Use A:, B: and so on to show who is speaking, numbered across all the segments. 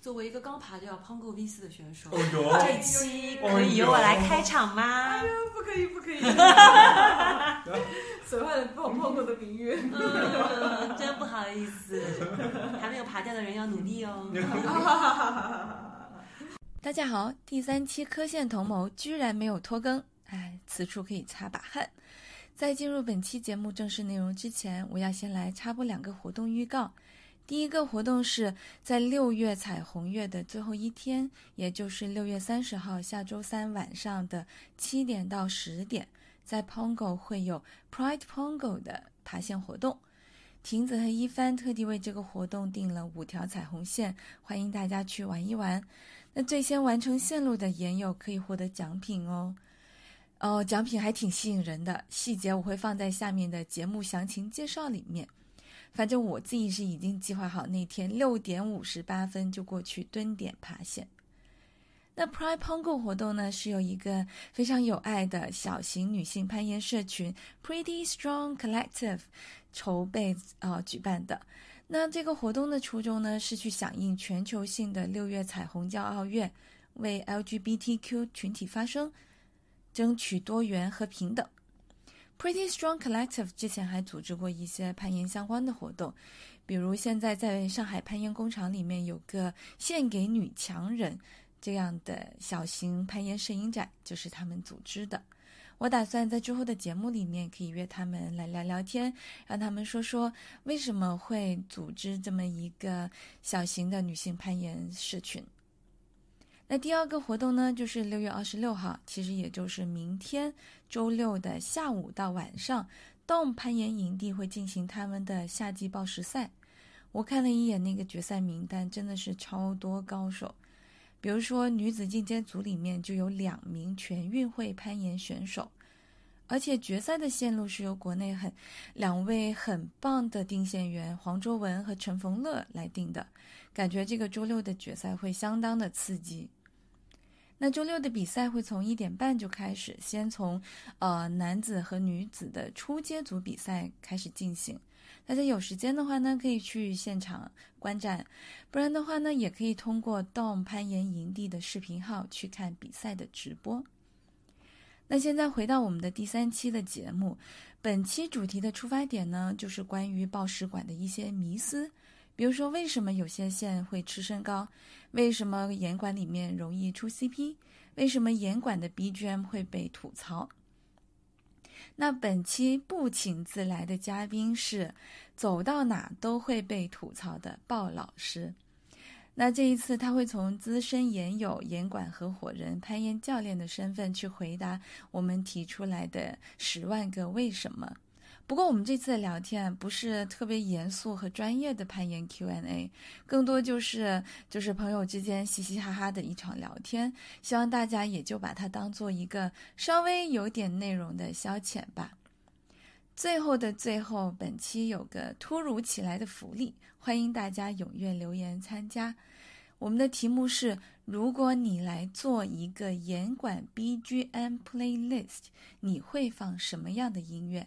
A: 作为一个刚爬掉 Pongo V 四的选手，
B: 哦哟，
A: 这期可以由我来开场吗？
C: 不可以，不可以，损坏了泡泡过的名誉。
A: 嗯，真不好意 思，还没有爬掉的人要努力哦。
D: 大家好，第三期科线同谋居然没有拖更，哎，此处可以擦把汗。在进入本期节目正式内容之前，我要先来插播两个活动预告。第一个活动是在六月彩虹月的最后一天，也就是六月三十号下周三晚上的七点到十点，在 Pongo 会有 Pride Pongo 的爬线活动。亭子和一帆特地为这个活动定了五条彩虹线，欢迎大家去玩一玩。那最先完成线路的研友可以获得奖品哦。哦，奖品还挺吸引人的，细节我会放在下面的节目详情介绍里面。反正我自己是已经计划好那天六点五十八分就过去蹲点爬线。那 Pride Pongo 活动呢，是由一个非常有爱的小型女性攀岩社群 Pretty Strong Collective 筹备呃举办的。那这个活动的初衷呢，是去响应全球性的六月彩虹骄傲月，为 LGBTQ 群体发声，争取多元和平等。Pretty Strong Collective 之前还组织过一些攀岩相关的活动，比如现在在上海攀岩工厂里面有个“献给女强人”这样的小型攀岩摄影展，就是他们组织的。我打算在之后的节目里面可以约他们来聊聊天，让他们说说为什么会组织这么一个小型的女性攀岩社群。那第二个活动呢，就是六月二十六号，其实也就是明天周六的下午到晚上，动攀岩营地会进行他们的夏季报时赛。我看了一眼那个决赛名单，真的是超多高手。比如说女子进阶组里面就有两名全运会攀岩选手，而且决赛的线路是由国内很两位很棒的定线员黄卓文和陈逢乐来定的，感觉这个周六的决赛会相当的刺激。那周六的比赛会从一点半就开始，先从呃男子和女子的初阶组比赛开始进行。大家有时间的话呢，可以去现场观战，不然的话呢，也可以通过 Dom 攀岩营地的视频号去看比赛的直播。那现在回到我们的第三期的节目，本期主题的出发点呢，就是关于报时馆的一些迷思，比如说为什么有些线会吃身高，为什么岩馆里面容易出 CP，为什么岩馆的 BGM 会被吐槽。那本期不请自来的嘉宾是走到哪都会被吐槽的鲍老师。那这一次，他会从资深研友、岩馆合伙人、攀岩教练的身份去回答我们提出来的十万个为什么。不过，我们这次的聊天不是特别严肃和专业的攀岩 Q&A，更多就是就是朋友之间嘻嘻哈哈的一场聊天。希望大家也就把它当做一个稍微有点内容的消遣吧。最后的最后，本期有个突如其来的福利，欢迎大家踊跃留言参加。我们的题目是：如果你来做一个严管 BGM playlist，你会放什么样的音乐？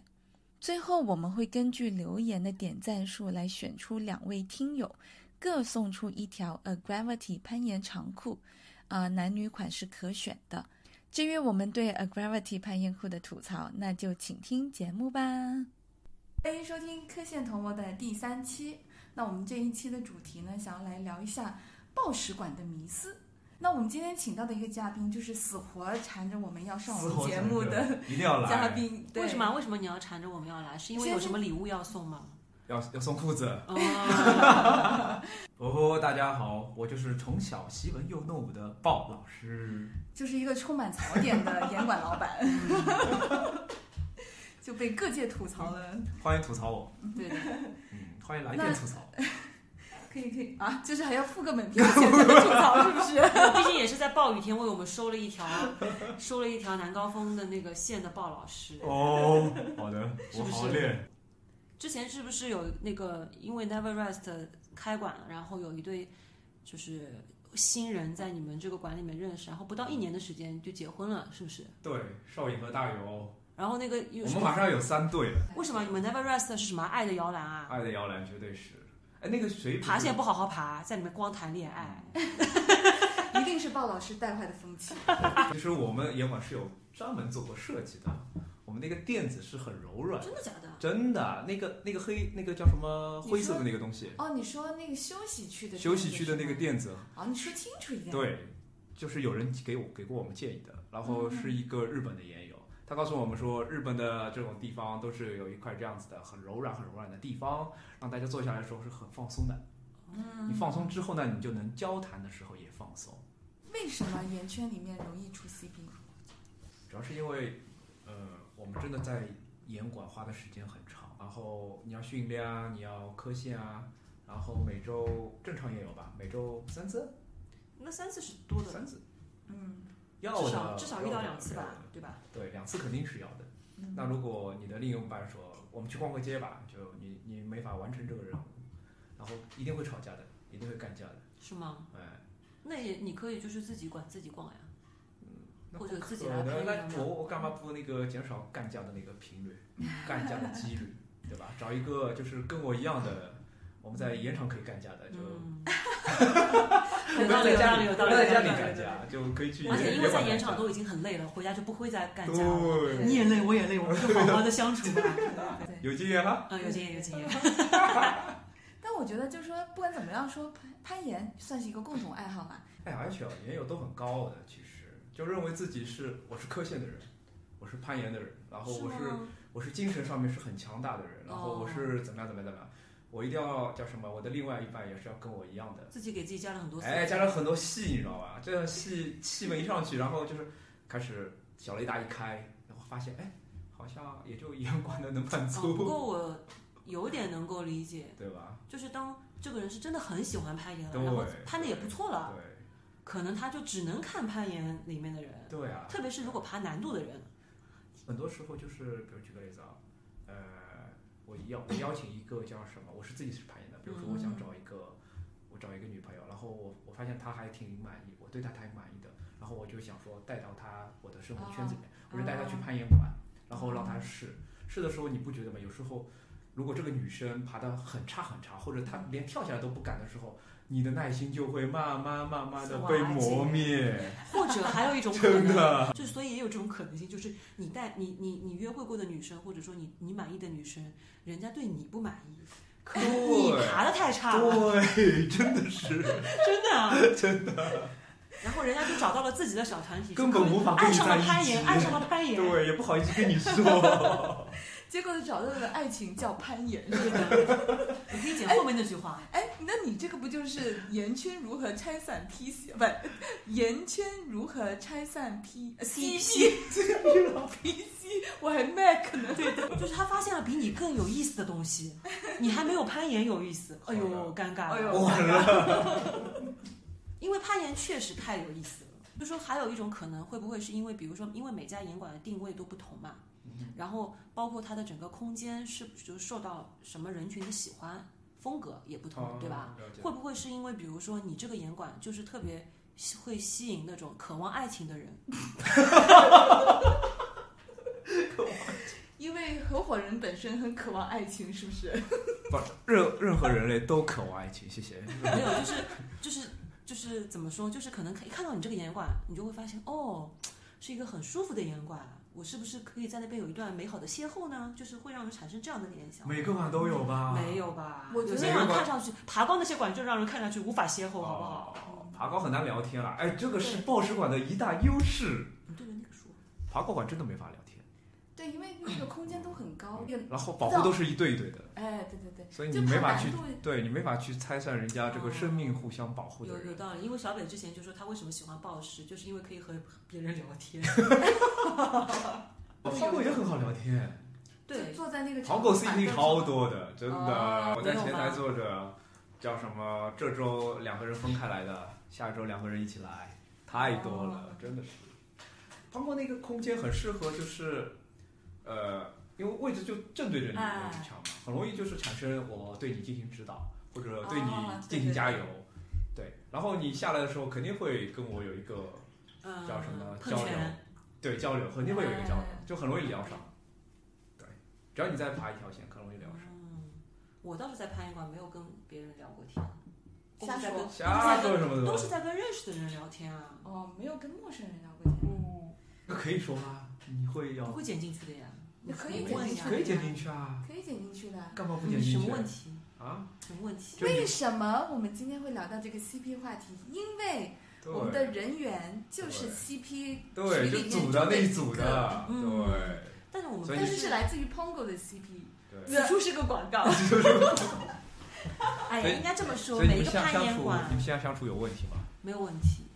D: 最后，我们会根据留言的点赞数来选出两位听友，各送出一条 A Gravity 攀岩长裤，啊、男女款是可选的。至于我们对 A Gravity 攀岩裤的吐槽，那就请听节目吧。欢迎收听科线同谋的第三期。那我们这一期的主题呢，想要来聊一下报时馆的迷思。那我们今天请到的一个嘉宾，就是死活缠着我们要上我
B: 嘶
D: 们
B: 吼
D: 节
B: 成
D: 目
B: 这
D: 的
B: 一定要来，
D: 嘉宾，对
A: 为什么？为什么你要缠着我们要来？是因为有什么礼物要送吗？
B: 要要送裤子。
A: 哦，
B: 哦，大家好，我就是从小习文又弄武的鲍老师。
D: 就是一个充满槽点的严管老板， 就被各界吐槽了。
B: 欢迎吐槽我，
A: 对的，
B: 嗯，欢迎来电吐槽。
D: 可以可以啊，就是还要付个门票钱才能吐槽，是不是？
A: 毕竟也是在暴雨天为我们收了一条， 收了一条南高峰的那个线的鲍老师。
B: 哦，好的，
A: 是
B: 我
A: 不是
B: 好练。
A: 之前是不是有那个因为 Never Rest 开馆，然后有一对就是新人在你们这个馆里面认识，然后不到一年的时间就结婚了，是不是？
B: 对，少爷和大友，
A: 然后那个有
B: 我
A: 什
B: 们
A: 么？
B: 马上有三对了。
A: 为什么你们 Never Rest 是什么爱的摇篮啊？
B: 爱的摇篮绝对是。嗯哎，那个谁
A: 爬
B: 线
A: 线不好好爬，在里面光谈恋爱。
C: 一定是鲍老师带坏的风 气。
B: 其实我们岩馆是有专门做过设计的，我们那个垫子是很柔软的，
A: 真的假的？
B: 真的，啊那个那个黑那个叫什么
C: 你
B: 灰色
C: 说
B: 的那个东西，
C: 哦，你说那个休息区的
B: 休息区的那个
C: 店
B: 垫子，
C: 哦，你说清楚一点。，
B: 对，就是有人给我给过我们建议的，然
A: 嗯
B: 后是一个日本的研友，他告诉我们说，日本的这种地方都是有一块这样子的很柔软、很柔软的地方，让大家坐下来的时候是很放松的。
C: 嗯，
B: 你放松之后呢，你就能交谈的时候也放松。
C: 为什么圆圈里面容易出 CP？
B: 主要是因为，呃，我们真的在严管花的时间很长，然后你要训练啊，你要科线啊，然后每周正常也有吧，每周三次，
A: 那三次是多的，
B: 三次，
C: 嗯，
B: 嗯要
A: 至
B: 的
A: 少至少遇到两次
B: 要的
A: 吧，对吧？
B: 对，两次肯定是要的。
C: 嗯
B: 那如果你的另一半说我们去逛个街吧，就你你没法完成这个任务，然后一定会吵架的，一定会干架的，
A: 是吗？
B: 哎，
A: 那也你可以就是自己管自己逛呀。
B: 那
A: 或者自己
B: 可
A: 来
B: 能
A: 配合
B: 那
A: 嘛
B: 我我干嘛不那个减少干架的那个频率，干架的几率，对吧？找一个就是跟我一样的，我们在延长可以干架的，就
A: 嗯，
B: 不
A: 有
B: 要
A: 道理，有
B: 在
A: 道
B: 家
A: 理，
B: 里
A: 有
B: 不
A: 道
B: 要
A: 理，
B: 在家里
A: 有道理
B: 干架，就可以去
A: 而且因为在
B: 延
A: 演场
B: 场
A: 都已经很累了，回家就不会再干架了。
B: 对，
A: 你也累，我也累，我们就好好的相处 吧。
C: 对。
B: 有经验哈，
A: 啊，有经验，有经验。
C: 但我觉得就是说，不管怎么样说，攀攀岩算是一个共同爱好嘛。
B: 哎，而且也有都很高傲的，其实就认为自己是我是科线的人，我是攀岩的人，然后我是
A: 吗？哦
B: 我是精神上面是很强大的人，然后我是怎么样怎么样怎么样，我一定要叫什么，我的另外一半也是要跟我一样的。
A: 自己给自己加了很多。
B: 哎，加了。很多戏，你知道吧？这样戏气氛一上去，然后就是开始小雷达一开，然后发现哎，好像也就一样管的能满
A: 哦，不
B: 足，
A: 过我有点能够理解，
B: 对吧？
A: 就是当这个人是真的很喜欢攀岩了，
B: 对
A: 然后攀的也不错了，
B: 对
A: 可能他就只能看攀岩里面的人，
B: 对啊，
A: 特别是如果爬难度的人，
B: 很多时候就是，比如举个例子啊，呃，我邀我邀请一个叫什么，我是自己是攀岩的，比如说我
A: 嗯
B: 想找一个，我找一个女朋友，然后我我发现她还挺满意，我对她还满意的，然后我就想说带到她我的生活圈子里面，我就带
A: 哦
B: 她去攀岩馆，然后让她试试的时候，你不觉得吗？有时候如果这个女生爬得很差很差，或者
A: 嗯
B: 她连跳下来都不敢的时候，你的耐心就会慢慢慢慢的被磨灭，
A: 或者还有一种可
B: 真
A: 能，
B: 的。
A: 就所以也有这种可能性，就是你带你你你约会过的女生，或者说你你满意的女生，人家对你不满意，可能
B: 对
A: 你爬的太差了，
B: 对，真的是。
A: 真的、 啊、真的。 然后人家就找到了自己的小团体，
B: 根本无法跟
A: 爱
B: 你
A: 上
B: 在
A: 了攀
B: 一
A: 岩，爱
B: 起
A: 上。了攀岩，
B: 对，也不好意思跟 你说。
C: 结果找到的爱情叫攀岩。
A: 对的。你可以剪后面那句话。
C: 哎，那你这个不就是岩圈如何拆散 P 系？不，岩圈如何拆散呃 P
A: CP
C: P 系？我还 Mac 呢。
A: 对的，就是他发现了比你更有意思的东西，你还没有攀岩有意思。哎呦，尴尬了。
C: 哎呦，
B: 完
C: 了。
A: 因为攀岩确实太有意思了。就说还有一种可能，会不会是因为，比如说，因为每家岩馆的定位都不同嘛，
C: 嗯
A: 然后包括它的整个空间是就受到什么人群的喜欢，风格也不
C: 哦
B: 嗯
A: 同，对吧？？会不会是因为，比如说你这个岩馆就是特别吸会吸引那种渴望爱情的人？
C: 因为合伙人本身很渴望爱情，是不是？
B: 不，任任何人类都渴望爱情。谢谢。
A: 没有，就是就是就是怎么说，就是可能看一看到你这个岩馆，你就会发现哦，是一个很舒服的岩馆，我是不是可以在那边有一段美好的邂逅呢？就是会让人产生这样的联想。
B: 每个晚都有吧？
A: 没有吧？
C: 我觉得
A: 有些人看上去爬高那些馆就让人看上去无法邂逅，
B: 哦。
A: 好不好？嗯
B: 爬高很难聊天了，哎，这个是报石馆的一大优势。
A: 你对着那个说，
B: 爬高馆真的没法聊天，
C: 对，因为那个空间都很高，
A: 哦
C: 又
B: 然后保护都是一对一对的，
C: 哎，对对对，
B: 所以
C: 就
B: 你
C: 爬
B: 没法
C: 难
B: 去
C: 度，
B: 对你没法去拆散人家这个生命互相保护的
A: 哦有有
B: 人。
A: 道理。因为小北之前就说他为什么喜欢暴食，就是因为可以和别人聊天。
B: 哦爬高也很好聊天，
C: 就
A: 对，
C: 坐在那个
B: 跑狗
C: 长凳
B: CP
C: 上
B: 超多的，真
C: 哦
B: 的。我在前台坐着，叫什么？这周两个人分开来的，下周两个人一起来，太多
C: 哦
B: 了，真的是。跑狗那个空间很适合，就是，呃，因为位置就正对着你的
C: 哎
B: 去墙嘛，很容易就是产生我对你进行指导，或者对
C: 哦
B: 你进
C: 对
B: 行
C: 对
B: 加油。对，然后你下来的时候肯定会跟我有一个
A: 嗯，
B: 叫什么
A: 喷
B: 交流
A: 泉？？
B: 对，交流肯定会有一个交流
C: 哎，
B: 就很容易聊上。对，只要你在爬一条线，很容易聊上。
A: 嗯，我倒是在攀岩馆没有跟别人聊过天，我
C: 瞎
A: 是在
C: 说
A: 跟
B: 瞎
A: 都是在
B: 说什么
A: 跟嗯
B: 东
A: 都
B: 西
A: 是？在跟认识的人聊天啊，
C: 哦，没有跟陌生人聊过天，
A: 嗯，
B: 那可以说吗？你会
A: 不
B: 要
A: 会剪进去的呀，
C: 那可以
A: 你
C: 剪
A: 问
C: 进
A: 呀
C: 去
B: 可以剪进去啊，
C: 可以剪进去的。
B: 干嘛不剪
A: 你
B: 进
A: 嗯
B: 去？
A: 什么问题？
B: 啊？
A: 什么问题？
B: 就
C: 为
B: 你
C: 什么我们今天会聊到这个 CP 话题？因为我们的
B: 对
C: 人缘就是
B: 对
C: CP
B: 对，
C: 群
B: 就
C: 里面
B: 组的
C: 中
B: 那一
C: 一
B: 组
C: 个，
B: 的，
A: 嗯
B: 对
A: 但是我们
B: 所以
C: 但
A: 但
C: 是
A: 是
C: 是来自于 Pongo 的 CP。
B: 对。
C: 此处是个广 告，
A: 哎呀，
B: 所以
A: 应该这么说，
B: 所以你
A: 每
B: 们
A: 一个
B: 相
A: 攀
B: 相
A: 岩
B: 处，嗯你
A: 馆
B: 们现在相处有问题吗？
A: 没有问题。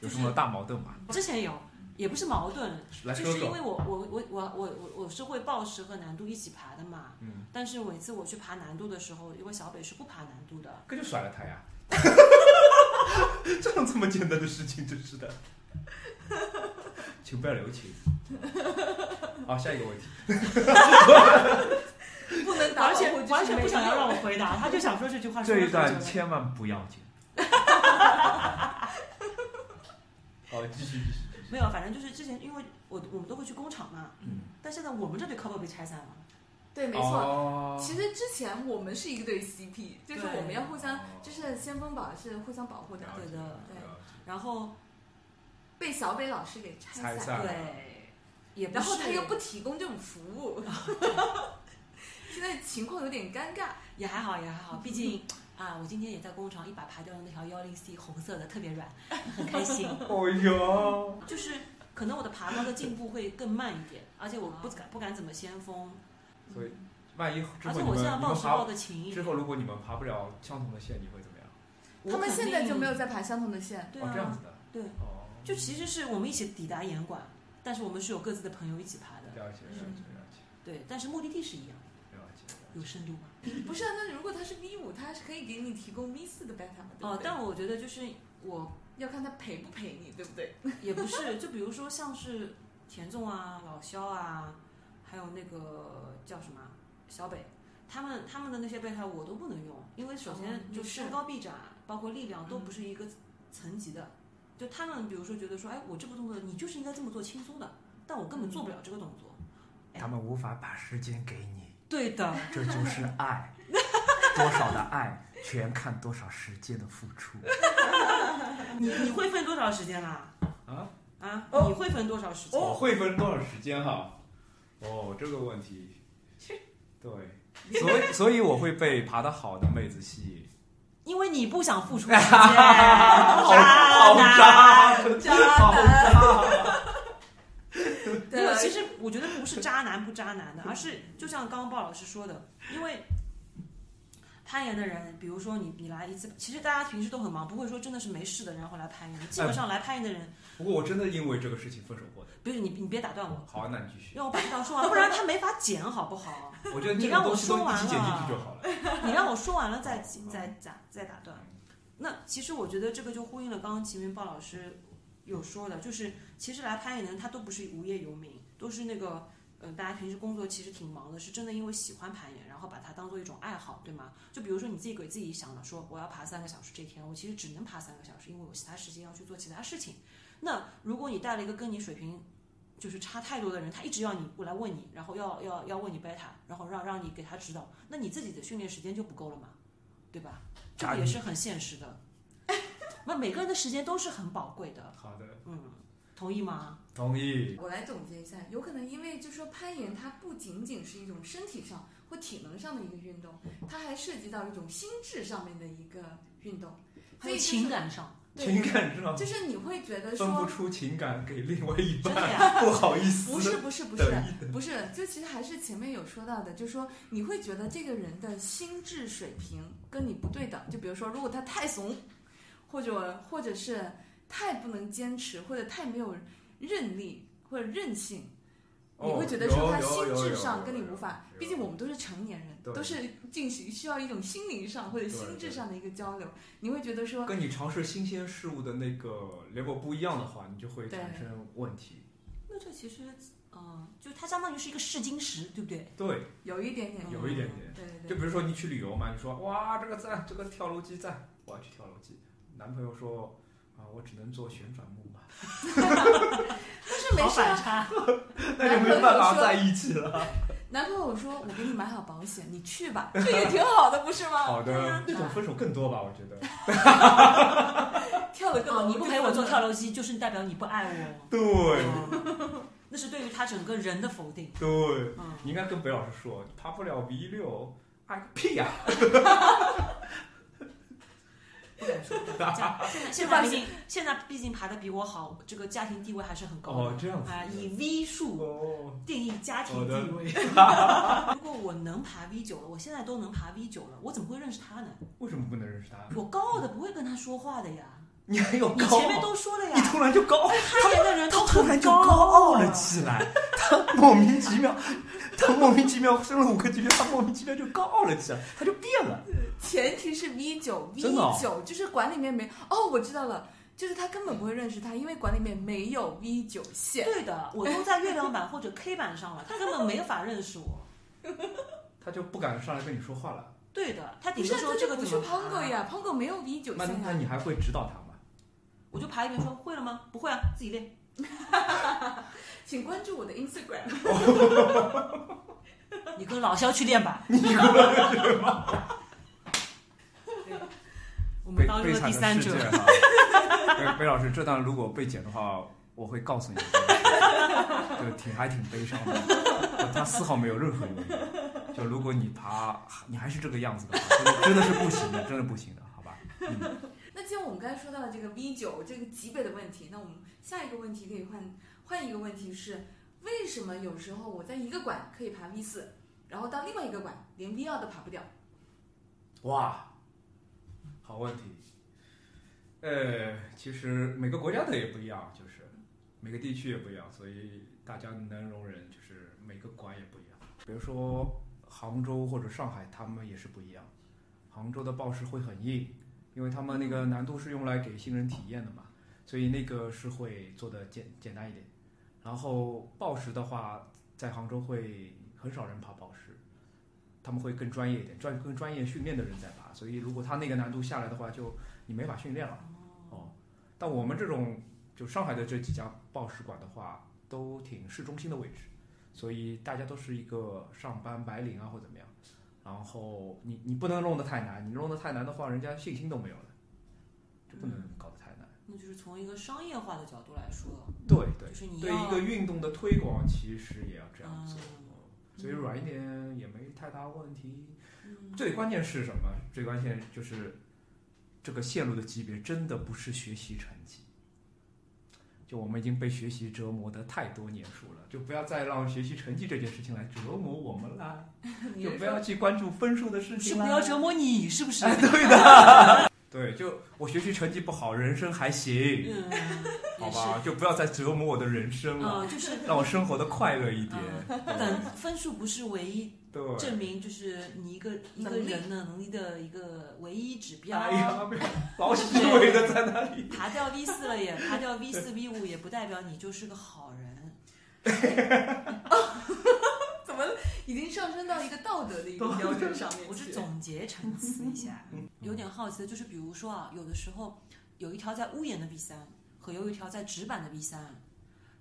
B: 有
A: 就是
B: 什么大矛盾吗？
A: 之前有，也不是矛盾，
B: 来
A: 就
B: 说
A: 是因
B: 说。
A: 为我我我我我我我是会报时和难度一起爬的嘛。
B: 嗯，
A: 但是每次我去爬难度的时候，因为小北是不爬难度的，
B: 这就甩了他呀！ 这种这么简单的事情，真是的，请不要留 情。好，下一个问题。
C: 不能打
A: 而
C: 保
A: 且
C: 护，
A: 完全不想要让
C: 我。
A: 我回答，他就想说这句话。
B: 这一
A: 说
B: 段
A: 了很久
B: 千万不要剪。 好，继续继续继续。
A: 没有，反正就是之前因为我我们都会去工厂嘛，
B: 嗯，
A: 但现在我们这对 couple 被拆散了，
C: 对，没错。
B: 哦
C: 其实之前我们是一个对 CP，就是我们要互相，
B: 哦
C: 就是先锋榜是互相保护的
B: 了，
A: 对
B: 解
A: 的
B: 了解
C: 对
A: 然后
C: 被小北老师给拆
B: 拆
C: 散，
B: 散了。
A: 对，也不
C: 然后
A: 是
C: 他又不提供这种服 务，现在情况有点尴尬。
A: 也还好也还 好，毕竟啊，我今天也在工厂一把爬掉了那条幺零 C 红色的，特别软，很开 心。
B: 哦哟，
A: 就是可能我的爬高的进步会更慢一点，而且我
C: 哦
A: 不敢不敢怎么先锋，
B: 所以万一之
A: 而
B: 后
A: 且
B: 你
A: 我
B: 们
A: 现
B: 你
A: 在
B: 们
A: 报时报
B: 爬
A: 的勤一
B: 之
A: 点。
B: 后，如果你们爬不了相同的线，你会怎么样？
A: 我
C: 他们
A: 肯
C: 现在
A: 定
C: 就没有在爬相同的线，
A: 对
B: 哦，这样
A: 啊
B: 子，的。
A: 对，
B: 哦，
A: 就其实是我们一起抵达岩馆，但是我们是有各自的朋友一起爬的，
B: 了解了解了解
A: 对，但是目的地是一样的，
B: 了解
A: 有
B: 了解。
A: 深度吗？
C: 不是啊？那如果他是 V 五，他是可以给你提供 V 四的 beta 嘛？对不
A: 哦，
C: 对
A: 但我觉得就是我
C: 要看他陪不陪你，对不 对？
A: 也不是，就比如说像是田纵啊、老肖啊，还有那个叫什么小北，他们他们的那些备胎我都不能用，因为首
C: 哦
A: 先
C: 你
A: 就是身高臂展，包括力量都
C: 嗯
A: 不是一个层级的。就他们比如说觉得说，哎，我这个动作你就是应该这么做轻松的，但我根本做不了这个动作。哎
E: 他们无法把时间给你，
A: 对的，
E: 这就是爱。多少的爱，全看多少时间的付出。
A: 你你会分多少时间啦？
B: 啊
A: 啊，
C: 哦
A: 你会分多少时间？
B: 哦，会分多少时间哈？哦，这个问题，对，所 以所以我会被爬得好的妹子吸引。
A: 因为你不想付出时 间，
E: 啊
A: 渣啊男。
C: 渣男，
A: 因为啊其
C: 对，
A: 实我觉得不是渣男不渣男的，而是就像刚刚鲍老师说的，因为攀岩的人，比如说你你来一次，其实大家平时都很忙，不会说真的是没事的然后来攀岩。基本上来攀岩的人，
B: 不过我真的因为这个事情分手过的。
A: 不是你你别打断我，
B: 好啊，那你继续。
A: 让我把这条说完，不然他没法剪好不好？
B: 我觉得
A: 你
B: 这个
A: 让我
B: 东西都
A: 说
B: 一
A: 完
B: 起剪进
A: 了
B: 去就好了。
A: 你让我说完了再再再再打断。那其实我觉得这个就呼应了刚刚秦云豹老师有说的，就是其实来攀岩的人他都不是无业游民，都是那个呃大家平时工作其实挺忙的，是真的因为喜欢攀岩，然后把它当做一种爱好，对吗？就比如说你自己给自己想的，说我要爬三个小时这天，我其实只能爬三个小时，因为我其他时间要去做其他事情。那如果你带了一个跟你水平就是差太多的人，他一直要你来问你，然后要要要问你 beta，然后让让你给他指导，那你自己的训练时间就不够了嘛，对吧？这
E: 渣
A: 个也
E: 女
A: 是很现实的。 那每个人的时间都是很宝贵的，
B: 好的，
A: 嗯，同意吗？
B: 同意。
C: 我来总结一下，有可能因为就说攀岩，它不仅仅是一种身体上或体能上的一个运动，它还涉及到一种心智上面的一个运动，
A: 还
C: 所
A: 有
C: 以就是
A: 情感上，
B: 情感上
C: 就是你会觉得
B: 分不
C: 说，
B: 出情感给另外一
A: 真
B: 半，
A: 的呀，
B: 不好意思。
C: 不是不是不
B: 等
C: 是不是，就其实还是前面有说到的，就说你会觉得这个人的心智水平跟你不对等，就比如说如果他太怂，或者或者是太不能坚持，或者太没有韧力或者韧性。你
B: 哦
C: 会觉得说他心智上跟你无法，毕竟我们都是成年人，
B: 对
C: 都是进行需要一种心灵上或者心智上的一个交流。你会觉得说，
B: 跟你尝试新鲜事物的那个 level 不一样的话，你就会
C: 对
B: 产生问题。
A: 那这其实，嗯，就它相当于是一个试金石，对不对？
B: 对，
C: 有一点点，
B: 有一点点。
C: 对对
B: 就
C: 对，
B: 比如说你去旅游嘛，你说哇这个赞，这个跳楼机赞，我要去跳楼机。男朋友说啊，我只能做旋转木马，
C: 但是没
A: 好
C: 事
A: 反
C: 啊。
A: 差，
B: 那就没办法在一起了。
C: 男朋友说：“我给你买好保险，你去吧，这也挺好的，不是吗？”
E: 好的，
B: 那种分手更多吧，我觉得。
C: 跳了个
A: 哦，
C: 楼，
A: 你不陪我坐跳楼机，就是代表你不爱我。哦
E: 对
A: 那是对于他整个人的否定。
E: 对，
A: 嗯，
B: 你应该跟北老师说，你爬不了 V 六，爱个屁呀、
A: 不敢说。不敢说现在现在毕竟现在毕竟爬的比我好，这个家庭地位还是很高的。
B: 哦这样子
A: 啊，以 V 数
B: 哦，
A: 定义家
B: 好
A: 庭
B: 的
A: 地位。 如果我能爬 V 九了，我现在都能爬 V 九了，我怎么会认识他呢？
B: 为什么不能认识他？
A: 我高傲的不会跟他说话的呀。
E: 你还有
A: 你
E: 高
A: 前面
E: 傲，
A: 都说了
E: 你
A: 呀，
E: 突然就高傲，
A: 攀岩的人
E: 他
A: 都
E: 突然
A: 很
E: 就
A: 高
E: 高傲了
A: 啊
E: 起来，他莫名其妙，他莫名其妙升了五个级别，他莫名其妙就高傲了起来，他就变了。
C: 前提是 V 九 V
E: 真的哦
C: 九，就是馆里面没哦，我知道了，就是他根本不会认识他，因为馆里面没有 V 九线。
A: 对的，我都在月亮版或者 K 版上了，他根本没法认识我。
B: 他就不敢上来跟你说话了。
A: 对的，他
C: 不
A: 顶
C: 是
A: 多
C: 啊，
A: 说
C: 他
A: 这
C: 就
A: 个
C: 不
A: 怎
C: 去
A: 么
C: Pongo
A: 爬，
C: 呀，Pongo 没有 V 九
B: 那
C: 线
B: 那
C: 呀。
B: 你还会指导他吗？
A: 我就爬一遍说会了吗？不会啊，自己练。
C: 请关注我的 Instagram。
A: 你跟老肖去练吧。你对 我们
E: 悲
A: 当
E: 悲
A: 中
E: 惨
A: 第
E: 的
A: 三
E: 世界
A: 者，
E: 哈，贝贝老师，这段如果被剪的话，我会告 诉你的，就挺还挺悲伤的，他丝毫没有任何原因。就如果你爬，你还是这个样子的话，真的真的是不行的，真的不行的，好吧？嗯，
C: 那既然我们刚才说到了这个 V 九这个级别的问题，那我们下一个问题可以换换一个问题是，为什么有时候我在一个馆可以爬 V 四，然后到另外一个馆连 V 二都爬不掉？
B: 哇，好问题。呃，其实每个国家的也不一样，就是每个地区也不一样，所以大家能容忍就是每个馆也不一样。比如说杭州或者上海，他们也是不一样。杭州的报时会很硬，因为他们那个难度是用来给新人体验的嘛，所以那个是会做的简简单一点。然后报时的话，在杭州会很少人爬报时，他们会更专业一点，专更专业训练的人在爬，所以如果他那个难度下来的话，就你没法训练了。哦，但我们这种就上海的这几家报时馆的话，都挺市中心的位置，所以大家都是一个上班白领啊或怎么样。然后你你不能弄得太难，你弄得太难的话，人家信心都没有了，就不能搞得太难。
A: 那就是从一个商业化的角度来说，
B: 对对
A: 就，是你
B: 对
A: 要
B: 一个运动的推广，其实也要这样做。
A: 嗯
B: 所以软一点也没太大问题。
A: 嗯
B: 最关键是什么？最关键就是这个线路的级别真的不是学习成绩。就我们已经被学习折磨的太多年数了，就不要再让学习成绩这件事情来折磨我们啦，
C: 你
B: 就是不
C: 说
B: 要去关注分数的事
A: 是
B: 情
A: 不
B: 啦。
A: 要折磨你，是不是？
B: 哎， 对的，对，就我学习成绩不好，人生还行，
A: 嗯，
B: 好
A: 也是
B: 吧，就不要再折磨我的人生了，
A: 嗯，就是
E: 让我生活的快乐一点。
A: 啊等分数不是唯一
B: 对，
A: 证明就是你一个一个
C: 能力
A: 人的能力的一个唯一指标。
B: 哎呀，不要老虚伪的在那里。
A: 爬掉 V 四了也，爬掉 V 四 V 五也不代表你就是个好人。
C: 怎么已经上升到一个道德的一个标准上 面去？
A: 我是总结陈词一 下，
B: 嗯
A: 有点好奇的就是，比如说啊，有的时候有一条在屋檐的 V 三和有一条在纸板的 V 三，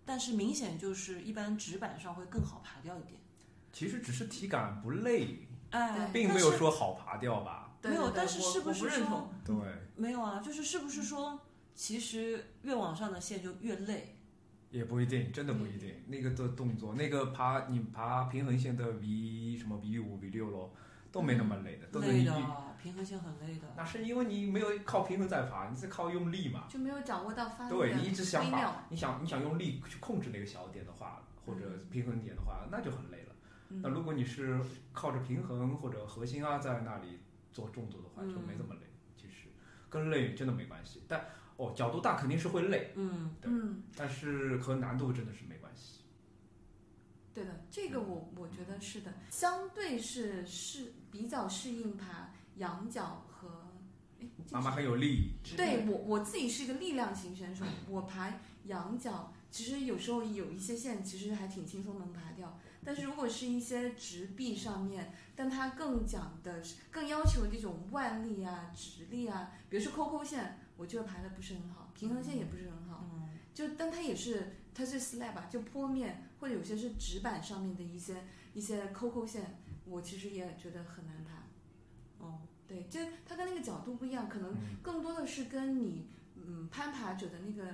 A: 但是明显就是一般纸板上会更好爬掉一点。
B: 其实只是体感不累，
A: 哎，
B: 并
A: 但
B: 没
A: 是
B: 有说好爬掉吧？
C: 对
A: 没有
C: 对对
A: 但是
C: 我
A: 是不
C: 我
A: 是
C: 不认
A: 说
C: 同？
B: 对，
A: 没有啊，就是是不是说，其实越往上的线就越累？
B: 也不一定，真的不一定。
A: 嗯
B: 那个的动作，那个爬你爬平衡线的 V 什么 V 五 V 六咯，都没那么累的，都
A: 嗯
B: 是
A: 累
B: 你
A: 的，平衡线很累的。
B: 那是因为你没有靠平衡在爬，你是靠用力嘛。
C: 就没有掌握到
A: 啊
C: 发力的
B: 对你一直想
C: 微妙
B: 把你想你想用力去控制那个小点的话，或者平衡点的话，那就很累了。
C: 嗯
B: 那如果你是靠着平衡或者核心啊在那里做动作的话，
A: 嗯
B: 就没这么累。其实跟累真的没关系，但哦角度大肯定是会累，
A: 嗯，
B: 对
C: 嗯，
B: 但是和难度真的是没关系。
C: 对的，这
B: 嗯
C: 个我我觉得是的，相对是是比较适应爬羊角和。诶这个
B: 妈妈
C: 是
B: 很有力，
C: 对我我自己是一个力量型选手，我爬羊角，其实有时候有一些线其实还挺轻松能爬掉，但是如果是一些直臂上面，但它更讲的是更要求这种腕力啊、直力啊，比如说扣扣线，我觉得排的不是很好，平衡线也不是很好。
A: 嗯，
C: 就但它也是它是 slab 吧，就坡面或者有些是纸板上面的一些一些扣扣线，我其实也觉得很难爬。
A: 哦，
C: 对，就它跟那个角度不一样，可能
E: 嗯
C: 更多的是跟你嗯攀爬者的那个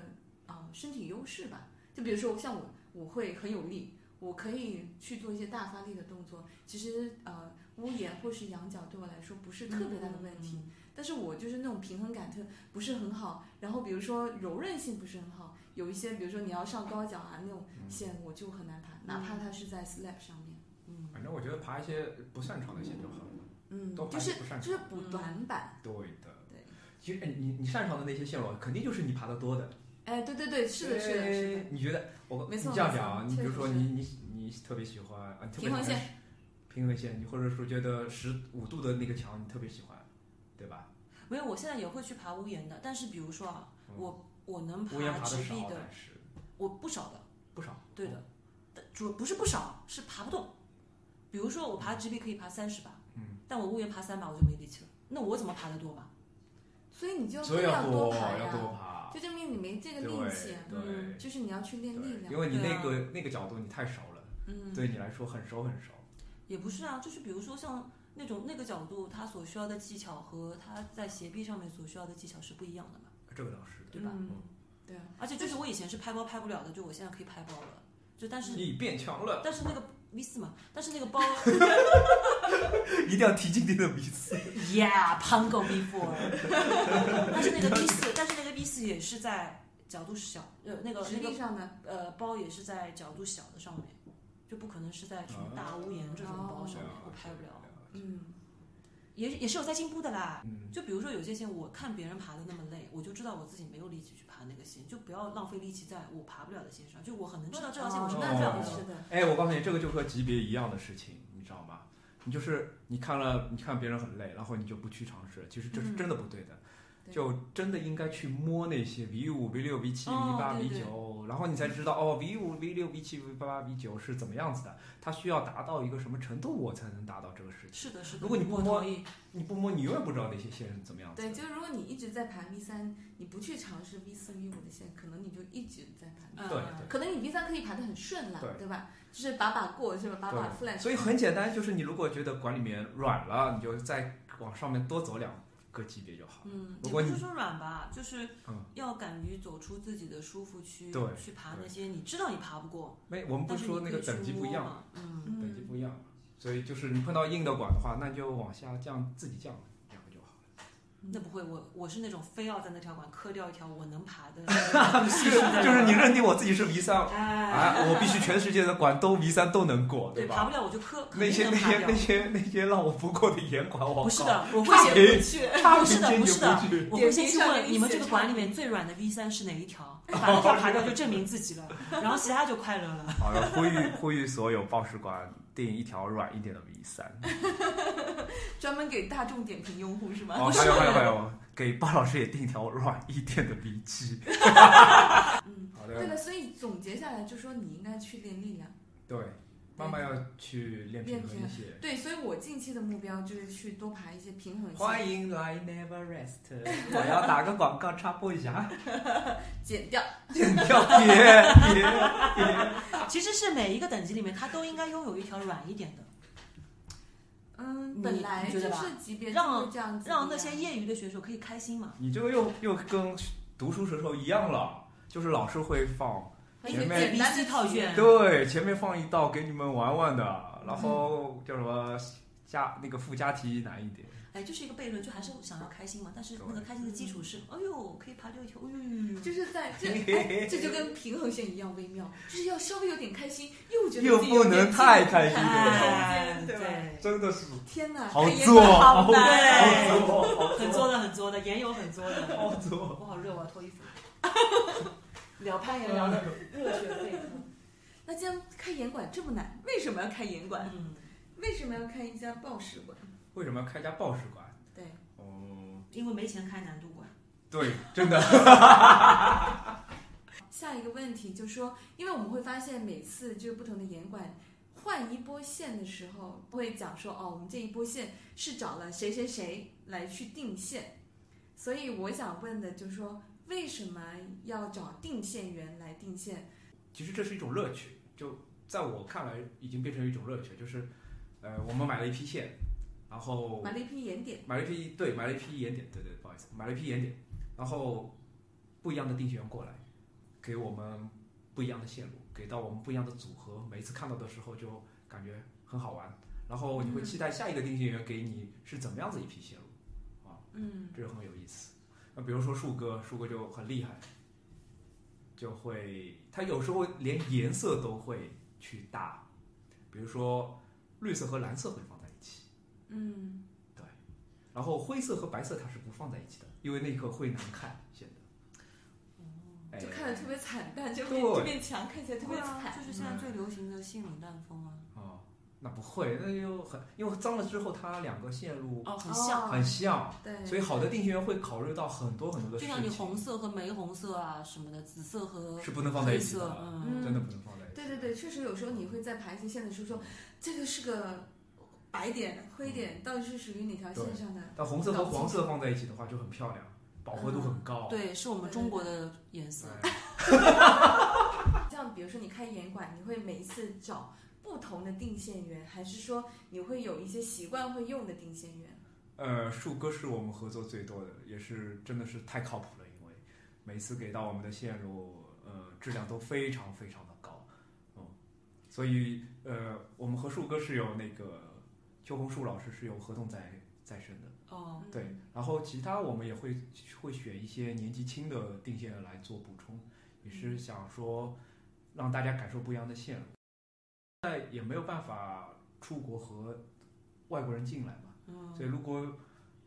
C: 啊、呃身体优势吧。就比如说像我，我会很有力，我可以去做一些大发力的动作。其实呃屋檐或是仰角对我来说不是特别大的问
B: 嗯
C: 题，但是我就是那种平衡感特不是很好，然后比如说柔韧性不是很好，有一些比如说你要上高脚啊那种
B: 嗯
C: 线我就很难爬，哪怕它是在 slab 上面，
A: 嗯。嗯
B: 反正我觉得爬一些不擅长的线就好了，
C: 嗯，
B: 都
C: 就
B: 爬
C: 是
B: 一些不擅
C: 就是
B: 长。
C: 补短板，
B: 对的。
C: 对，
B: 其实哎你你擅长的那些线路，肯定就是你爬得多的。
C: 哎，对对对，是的，是的，是的
B: 哎。你觉得我
C: 没错
B: 你这样讲啊，
C: 没错
B: 你比如说
C: 确实
B: 你
C: 是
B: 你你特别喜欢啊，你特别
C: 平衡
B: 喜欢
C: 线，
B: 平衡线，你或者说觉得十五度的那个墙你特别喜欢，对吧？
A: 没有，我现在也会去爬屋檐的，但是比如说啊，
B: 嗯
A: 我我能
B: 屋檐爬
A: 直
B: 啊的
A: 立
B: 少，哎嗯
A: 的，
B: 但是
A: 我不少的，
B: 不少。
A: 对的，但主不是不少，是爬不动。比如说我爬直立可以爬三十把，
B: 嗯，
A: 但我屋檐爬三把我就没力气了，那我怎么爬得啊多吧？
C: 所以你就
B: 所以
C: 更
B: 要
C: 多
B: 多
C: 爬
B: 要
C: 呀、
B: 多爬，
A: 啊
C: 就证明你没这个
B: 对
C: 力气，啊嗯
B: 对
C: 就是你要去练力
B: 对，
C: 量。
B: 因为你
A: 对啊
B: 那个那个角度你太熟了，
C: 嗯，
B: 对你来说很熟很熟。
A: 也不是啊，就是比如说像那种那个角度，它所需要的技巧和它在斜臂上面所需要的技巧是不一样的嘛，
B: 这个倒是的，
A: 对吧？
C: 嗯，对啊，
A: 而且就是我以前是拍包拍不了的，就我现在可以拍包了，就但是、
B: 你变强了，
A: 但是那个 V 四嘛，但是那个包
E: 一定要提今天的名字。
A: ，Yeah，潘狗 V four，但是那个 V 四，但是那个 V 四也是在角度小，呃，那个
C: 实
A: 那个
C: 力上的
A: 呃包也是在角度小的上面，就不可能是在什么大屋檐这种包上面，
B: 哦
A: 我拍不了。
C: 嗯，
A: 也也是有在进步的啦。
B: 嗯，
A: 就比如说有些线，我看别人爬的那么累，我就知道我自己没有力气去爬那个线，就不要浪费力气在我爬不了的线上。就我很能知道这条线我是
C: 哦
A: 迈不了
C: 那
A: 的。
C: 倒是的，
B: 哎，我告诉你，这个就和级别一样的事情，你知道吗？你就是你看了，你看别人很累，然后你就不去尝试，其实这是
A: 嗯
B: 真的不对的。
C: 对
B: 就真的应该去摸那些 V 五、V 六、V 七、
A: 哦
B: V 八、
A: 对
B: V
A: 对
B: 九，然后你才知道哦，V 五、V 六、V 七、V 八、V 九是怎么样子的，它需要达到一个什么程度，我才能达到这个事情。
A: 是的，是的。
B: 如果你不
A: 我
B: 摸
A: 同意，
B: 你不摸，你永远不知道那些线是怎么样子的。
C: 对，就如果你一直在爬 V 三，你不去尝试 V 四、V 五的线，可能你就一直在爬 V
A: 嗯
B: 对
A: 嗯
C: 可能你 V 三可以爬得很顺啦，
B: 对
C: 对吧？就是把把过是吧？把把 flat，
B: 所以很简单，就是你如果觉得管里面软了，你就再往上面多走两个级别就好。
C: 嗯，
A: 也不
B: 如果
A: 是
B: 你
A: 说软吧，就是
B: 嗯
A: 要敢于走出自己的舒服区，
B: 对
A: 去爬
B: 对
A: 那些你知道你爬不过，
B: 没，我们不
A: 但
B: 是
A: 是你
B: 说那个
A: 可以去
B: 等级不一
A: 摸
B: 样啊吗，
A: 嘛，嗯。
B: 等级
C: 嗯，
B: 不一样嘛，所以就是你碰到硬的管的话，那你就往下降，自己降两个就好
A: 那不会，我我是那种非要在那条管磕掉一条我能爬 的
B: 了。就是就是你认定我自己是 V 三，
A: 哎，
B: 哎，我必须全世界的管都 V 三都能过，
A: 对，爬
B: 吧？
A: 不了我就磕，肯
B: 那
A: 定
B: 些
A: 能
B: 那
A: 爬
B: 些
A: 掉
B: 那。些那些让我不过的严管，我靠
A: 不是，的，我会
B: 差
A: 先
B: 评
C: 去
B: 差
A: 不是
B: 评
A: 的
B: 坚
A: 不
B: 决
A: 是的
B: 不去。
A: 我会先去
C: 点评上给
A: 问
C: 你
A: 你们这
C: 写
A: 个
C: 差
A: 管里
C: 评
A: 面最软的 V 三是哪一 条，把那条爬掉就证明自己了，然后其他就快乐了。
E: 好了，呼吁呼吁所有报时馆定一条软一点的 V 三。
C: 专门给大众点评用户
A: 啊
C: 是吗？
E: 哦，还有还有还有，给鲍老师也定一条软一点的 V 七。
C: 嗯，
B: 好
C: 对
B: 的，
C: 了，所以总结下来就说你应该去练力量。
B: 对，慢慢要去练平衡一些。
C: 对，所以我近期的目标就是去多爬一些平衡线。
E: 欢迎来 Never Rest，我要打个广告插播一下，
C: 减掉。
E: 剪掉别别。
A: 其实是每一个等级里面，它都应该拥有一条软一点的，
C: 嗯，
A: 你
C: 本来
A: 你
C: 就
A: 觉得吧
C: 是级别
A: 让
C: 就是这样子的呀，
A: 让那些业余的选手可以开心嘛。
E: 你这个又又跟读书时候一样了，就是老师会放，
C: 很
E: 前面
C: 简单
A: ABC
C: 的
A: 套
C: 题
A: 卷
E: 对，前面放一道给你们玩玩的，然后叫什么加那个附加题难一点，
A: 哎，就是一个悖论，就还是想要开心嘛。但是那个开心的基础是，哎呦，可以爬六条，哎呦呦呦，
C: 就是在 这、哎，这就跟平衡线一样微妙，就是要稍微有点开心，又觉得
E: 又
C: 自己
E: 不
C: 有点
E: 能太
C: 进步
E: 开
A: 哎，
E: 心
C: 对吧
A: 对，
E: 真的是
C: 天哪，
E: 好
C: 开眼
E: 作
C: 界
E: 好
C: 好难。
A: 对很作的，很作的，言有很作的。
E: 好作。
A: 我好热，我要脱衣服。 聊攀岩聊的热血沸腾，
C: 那既然开严管这么难，为什么要开严管？
A: 嗯，
C: 为什么要开一家报时馆？
B: 为什么要开一家报时馆？
C: 对，
B: 哦，
A: 因为没钱开难度馆。
E: 对，真的，
C: 下一个问题就是说，因为我们会发现每次就是不同的严管换一波线的时候，会讲说哦，我们这一波线是找了谁谁谁来去定线，所以我想问的就是说，为什么要找定线员来定线？
B: 其实这是一种乐趣，就在我看来已经变成一种乐趣，就是呃，我们买了一批线，然后
C: 买了一批眼点，
B: 买了一批对，买了一批眼点，对对，不好意思，买了一批眼点，然后不一样的定线员过来，给我们不一样的线路，给到我们不一样的组合，每一次看到的时候就感觉很好玩，然后你会期待下一个定线员给你是怎么样子一批线路，
C: 嗯，
B: 这个很有意思。那比如说树哥，树哥就很厉害，就会他有时候连颜色都会去搭，比如说绿色和蓝色会放在一起，
C: 嗯，
B: 然后灰色和白色它是不放在一起的，因为那个会难看显
A: 哦
B: 得。
C: 就
B: 哎
C: 看着特别惨淡，这
B: 对
C: 面这面墙看起来特别
A: 对啊，
C: 惨，
A: 就是现在最流行的性冷淡风啊，
B: 哦，那不会，那就很因为脏了之后，它两个线路
A: 哦，很像，
B: 很像，
C: 对，
B: 所以好的定型员会考虑到很多很多
A: 就
B: 的事
A: 像你
B: 情
A: 红，色和玫红色啊什么的，紫色和
B: 是不能放在
A: 黑
B: 一起
A: 色，
B: 的，啊
A: 嗯，
B: 真的不能放在一起。
C: 对对对，确实有时候你会在排线线的时候说，这个是个白点、灰
B: 嗯
C: 点，到底是属于哪条线上的？
B: 但红色和黄色放在一起的话就很漂亮，饱和度很高。
A: 对，是我们中国的颜色，
B: 哎，
C: 像比如说你开严管，你会每一次找不同的定线员，还是说你会有一些习惯会用的定线员？
B: 呃，树哥是我们合作最多的，也是真的是太靠谱了，因为每次给到我们的线路，呃，质量都非常非常的高，嗯，所以呃，我们和树哥是有那个邱红树老师是有合同在在身的，
A: 哦，
C: 嗯
B: 对，然后其他我们也会会选一些年纪轻的定线来做补充，也是想说让大家感受不一样的线路。现在也没有办法出国和外国人进来嘛，
A: 嗯，
B: 所以如果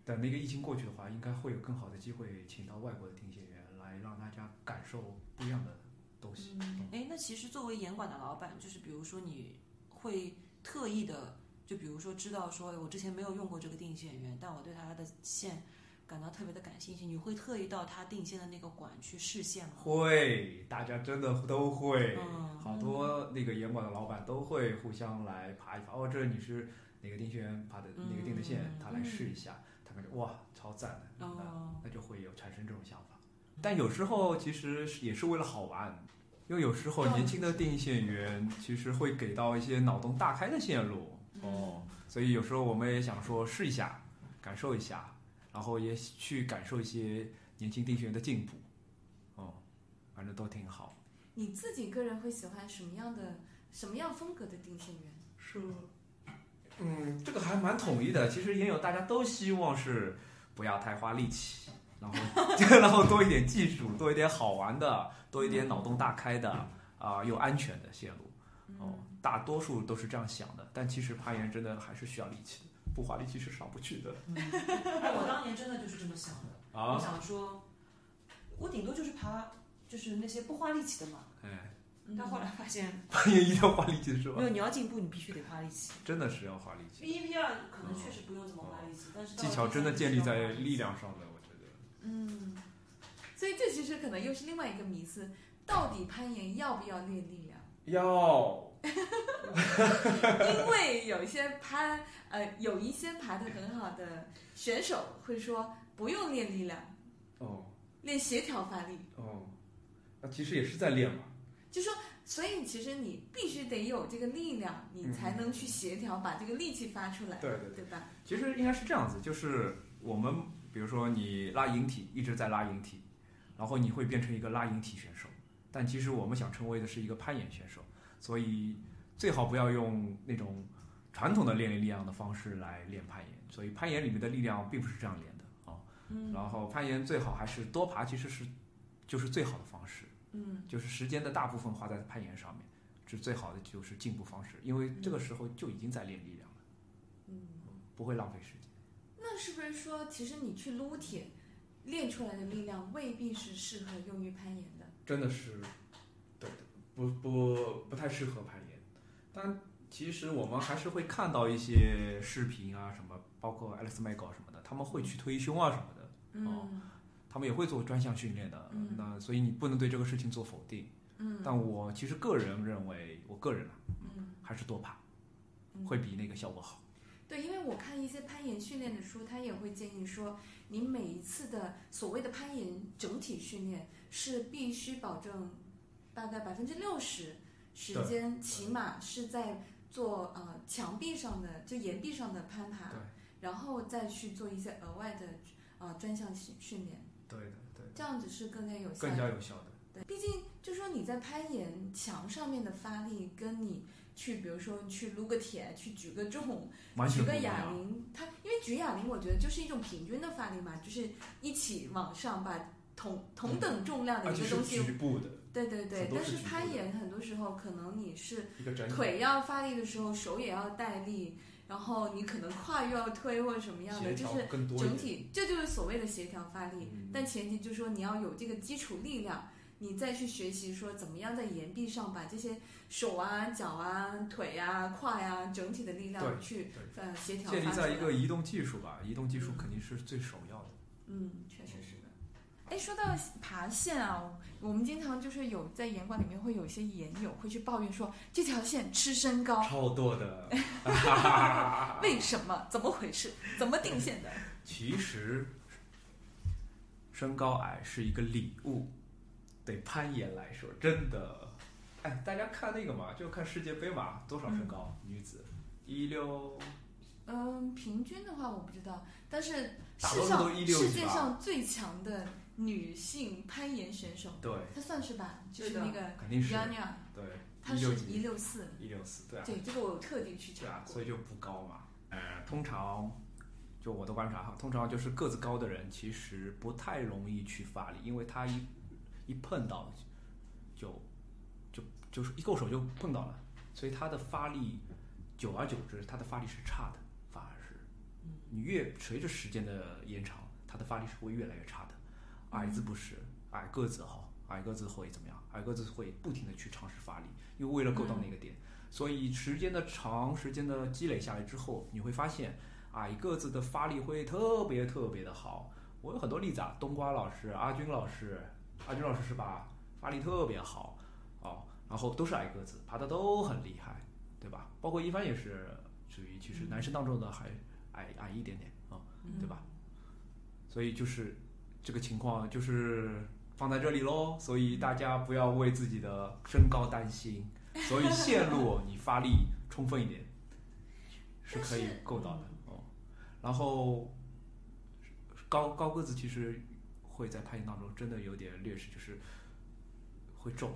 B: 等那个疫情过去的话，应该会有更好的机会请到外国的定线员来让大家感受不一样的东西。
C: 嗯
A: 哎，那其实作为严管的老板，就是比如说你会特意的，就比如说知道说哎我之前没有用过这个定线员，但我对它的线感到特别的感兴趣，你会特意到它定线的那个管去试线吗？
B: 会，大家真的都会，
A: 嗯
B: 好多那个严管的老板都会互相来爬一爬。哦，这你是哪个定线员爬的，
A: 嗯
B: 哪个定的线
A: 嗯，
B: 他来试一下，他感觉哇，超赞的，那
A: 哦，
B: 那就会有产生这种想法。但有时候其实是也是为了好玩，因为有时候
C: 对
B: 年轻的定线员其实会给到一些脑洞大开的线路哦，所以有时候我们也想说试一下，感受一下，然后也去感受一些年轻定线员的进步，哦，反正都挺好。
C: 你自己个人会喜欢什么样的、什么样风格的定线员？
B: 是，嗯，这个还蛮统一的。其实也有大家都希望是不要太花力气，然后 然后多一点技术，多一点好玩的，多一点脑洞大开的啊、又安全的线路。哦，大多数都是这样想的，但其实攀岩真的还是需要力气的，不花力气是上不去的
A: 哎，我当年真的就是这么想的。我
B: 啊。
A: 想说，我顶多就是爬，就是那些不花力气的嘛。
B: 哎，
A: 但后来发现，
B: 攀岩一定要花力气是吧
A: 没？有你要进步，你必须得花力气。
B: 真的是要花力气，
A: B 一 B 二可能确实不用这么花力气，但是到
B: 哦技巧
A: 了第
B: 真的
A: 三
B: 建立
A: 就需要
B: 在
A: 花力气
B: 力。量上的，我觉得。
C: 嗯，所以这其实可能又是另外一个迷思，到底攀岩要不要练力量？
B: 要
C: 因为有一些攀呃有一些爬得很好的选手会说不用练力量，
B: 哦
C: 练协调发力。
B: 哦，那其实也是在练嘛。
C: 就说，所以其实你必须得有这个力量，你才
B: 嗯
C: 能去协调，把这个力气发出来，
B: 对对对。
C: 对吧？
B: 其实应该是这样子，就是我们比如说你拉引体一直在拉引体，然后你会变成一个拉引体选手，但其实我们想成为的是一个攀岩选手，所以最好不要用那种传统的练力量的方式来练攀岩，所以攀岩里面的力量并不是这样练的啊。
C: 嗯
B: 然后攀岩最好还是多爬，其实是就是最好的方式。
C: 嗯，
B: 就是时间的大部分花在攀岩上面，是最好的就是进步方式，因为这个时候就已经在练力量了，
C: 嗯，
B: 不会浪费时间。
C: 那是不是说，其实你去撸铁练出来的力量未必是适合用于攀岩的？
B: 真的是，对的，不不不太适合攀岩。但其实我们还是会看到一些视频啊，什么包括 Alex m e g o 什么的，他们会去推胸啊什么的，哦
C: 嗯
B: 他们也会做专项训练的。
C: 嗯
B: 那所以你不能对这个事情做否定。
C: 嗯
B: 但我其实个人认为，我个人啊，
C: 嗯，
B: 还是多爬
C: 嗯
B: 会比那个效果好。
C: 对，因为我看一些攀岩训练的书，它也会建议说，你每一次的所谓的攀岩整体训练是必须保证大概百分之六十时间，起码是在做呃墙壁上的就岩壁上的攀爬
F: 对，
C: 然后再去做一些额外的呃专项训训练，
F: 对的，对的，
C: 这样子是更加有效
F: 更
C: 的
F: 加有效的。
C: 对，毕竟就说你在攀岩墙上面的发力，跟你去比如说去撸个铁、去举个重、
B: 完全
C: 举
B: 不
C: 个
B: 一
C: 哑
B: 样。
C: 铃，它因为举哑铃，我觉得就是一种平均的发力嘛，就是一起往上把同同等重量的
B: 而
C: 一
B: 且
C: 个东
B: 嗯啊是
C: 西，
B: 局部的
C: 对对对
B: 很。多
C: 但
B: 是
C: 是
B: 局部
C: 攀
B: 的
C: 岩很多时候可能你是
B: 一个整体，
C: 腿要发力的时候，手也要带力，然后你可能胯又要推或者什么样的，
B: 协
C: 就
B: 调
C: 是
B: 更多一
C: 整
B: 点。
C: 体，这就是所谓的协调发力。
B: 嗯
C: 但前提就是说你要有这个基础力量，你再去学习说怎么样在岩壁上把这些手啊、脚啊、腿啊、胯呀、整体的力量
B: 对
C: 去呃协调发
B: 建
C: 出
B: 立
C: 来。
B: 在一个移动技术吧，移动技术
C: 嗯
B: 肯定是最首要的。
C: 嗯，确实是的。哎，说到爬线啊，我们经常就是有在岩馆里面会有一些岩友会去抱怨说这条线吃身高，
B: 超多的。
C: 哦 为什么？怎么回事？怎么 定线的？
B: 其实，身高矮是一个礼物，对攀岩来说，真的。哎，大家看那个嘛，就看世界杯嘛，多少身高？女子一六，
C: 嗯，平均的话我不知道，但是
B: 大
C: 世
B: 多数都
C: 上
B: 165
C: 世界
B: 吧
C: 上最强的女性攀岩选手，
B: 对，
C: 她算是吧，就是
A: 对的
C: 那个
B: 肯定是
C: Yanya，
B: 对，
C: 她
B: 一六
C: 是一
B: 几，
C: 六四，
B: 一六四，对啊，
C: 对，这个我有特地去
B: 对
C: 查
B: 啊，
C: 过
B: 所，以就不高嘛。呃，通常就我的观察哈，通常就是个子高的人其实不太容易去发力，因为他一一碰到就就就是一够手就碰到了，所以他的发力久而久之，他的发力是差的，反而是你越随着时间的延长，他的发力是会越来越差的。矮子不是，矮个子好，矮个子会怎么样？矮个子会不停的去尝试发力，因为为了够到那个点，所以时间的长时间的积累下来之后，你会发现矮个子的发力会特别特别的好。我有很多例子啊，冬瓜老师、阿军老师，阿军老师是吧？发力特别好哦，然后都是矮个子，爬的都很厉害，对吧？包括一帆也是属于其实男生当中的还矮矮一点点啊、
C: 嗯
B: 对吧？所以就是这个情况就是放在这里喽，所以大家不要为自己的身高担心，所以线路你发力充分一点是可以
C: 但是嗯
B: 够到的哦。然后高高个子其实会在攀岩当中真的有点劣势，就是会重，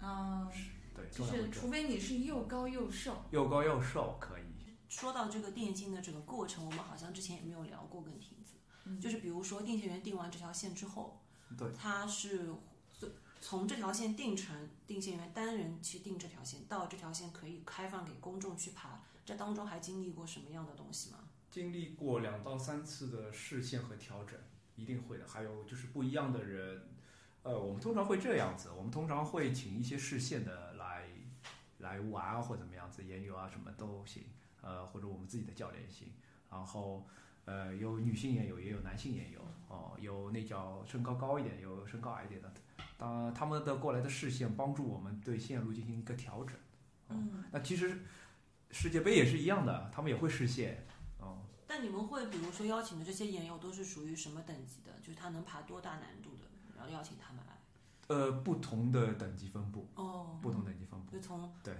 C: 嗯，
B: 对，
C: 就
B: 重量
C: 是
B: 会重，
C: 除非你是又高又瘦，
B: 又高又瘦可以，
A: 说到这个电竞的整个过程，我们好像之前也没有聊过跟婷子，
C: 嗯
A: 就是比如说定线员定完这条线之后，
B: 对，
A: 他是最从这条线定成定线员单人去定这条线，到这条线可以开放给公众去爬，这当中还经历过什么样的东西吗？
B: 经历过两到三次的视线和调整，一定会的。还有就是不一样的人，呃，我们通常会这样子，我们通常会请一些视线的来来玩啊，或怎么样子，研友啊什么都行，呃，或者我们自己的教练也行。然后，呃，有女性研友，也有男性研友，哦、有那叫身高高一点，有身高矮一点的，当他们的过来的视线帮助我们对线路进行一个调整。
C: 嗯，
B: 那其实世界杯也是一样的，他们也会视线，哦、
A: 但你们会比如说邀请的这些研友都是属于什么等级的？就是他能爬多大难度的，然后邀请他们来。
B: 呃，不同的等级分布，
A: 哦，
B: 不同等级分布
A: 就，从
B: 对，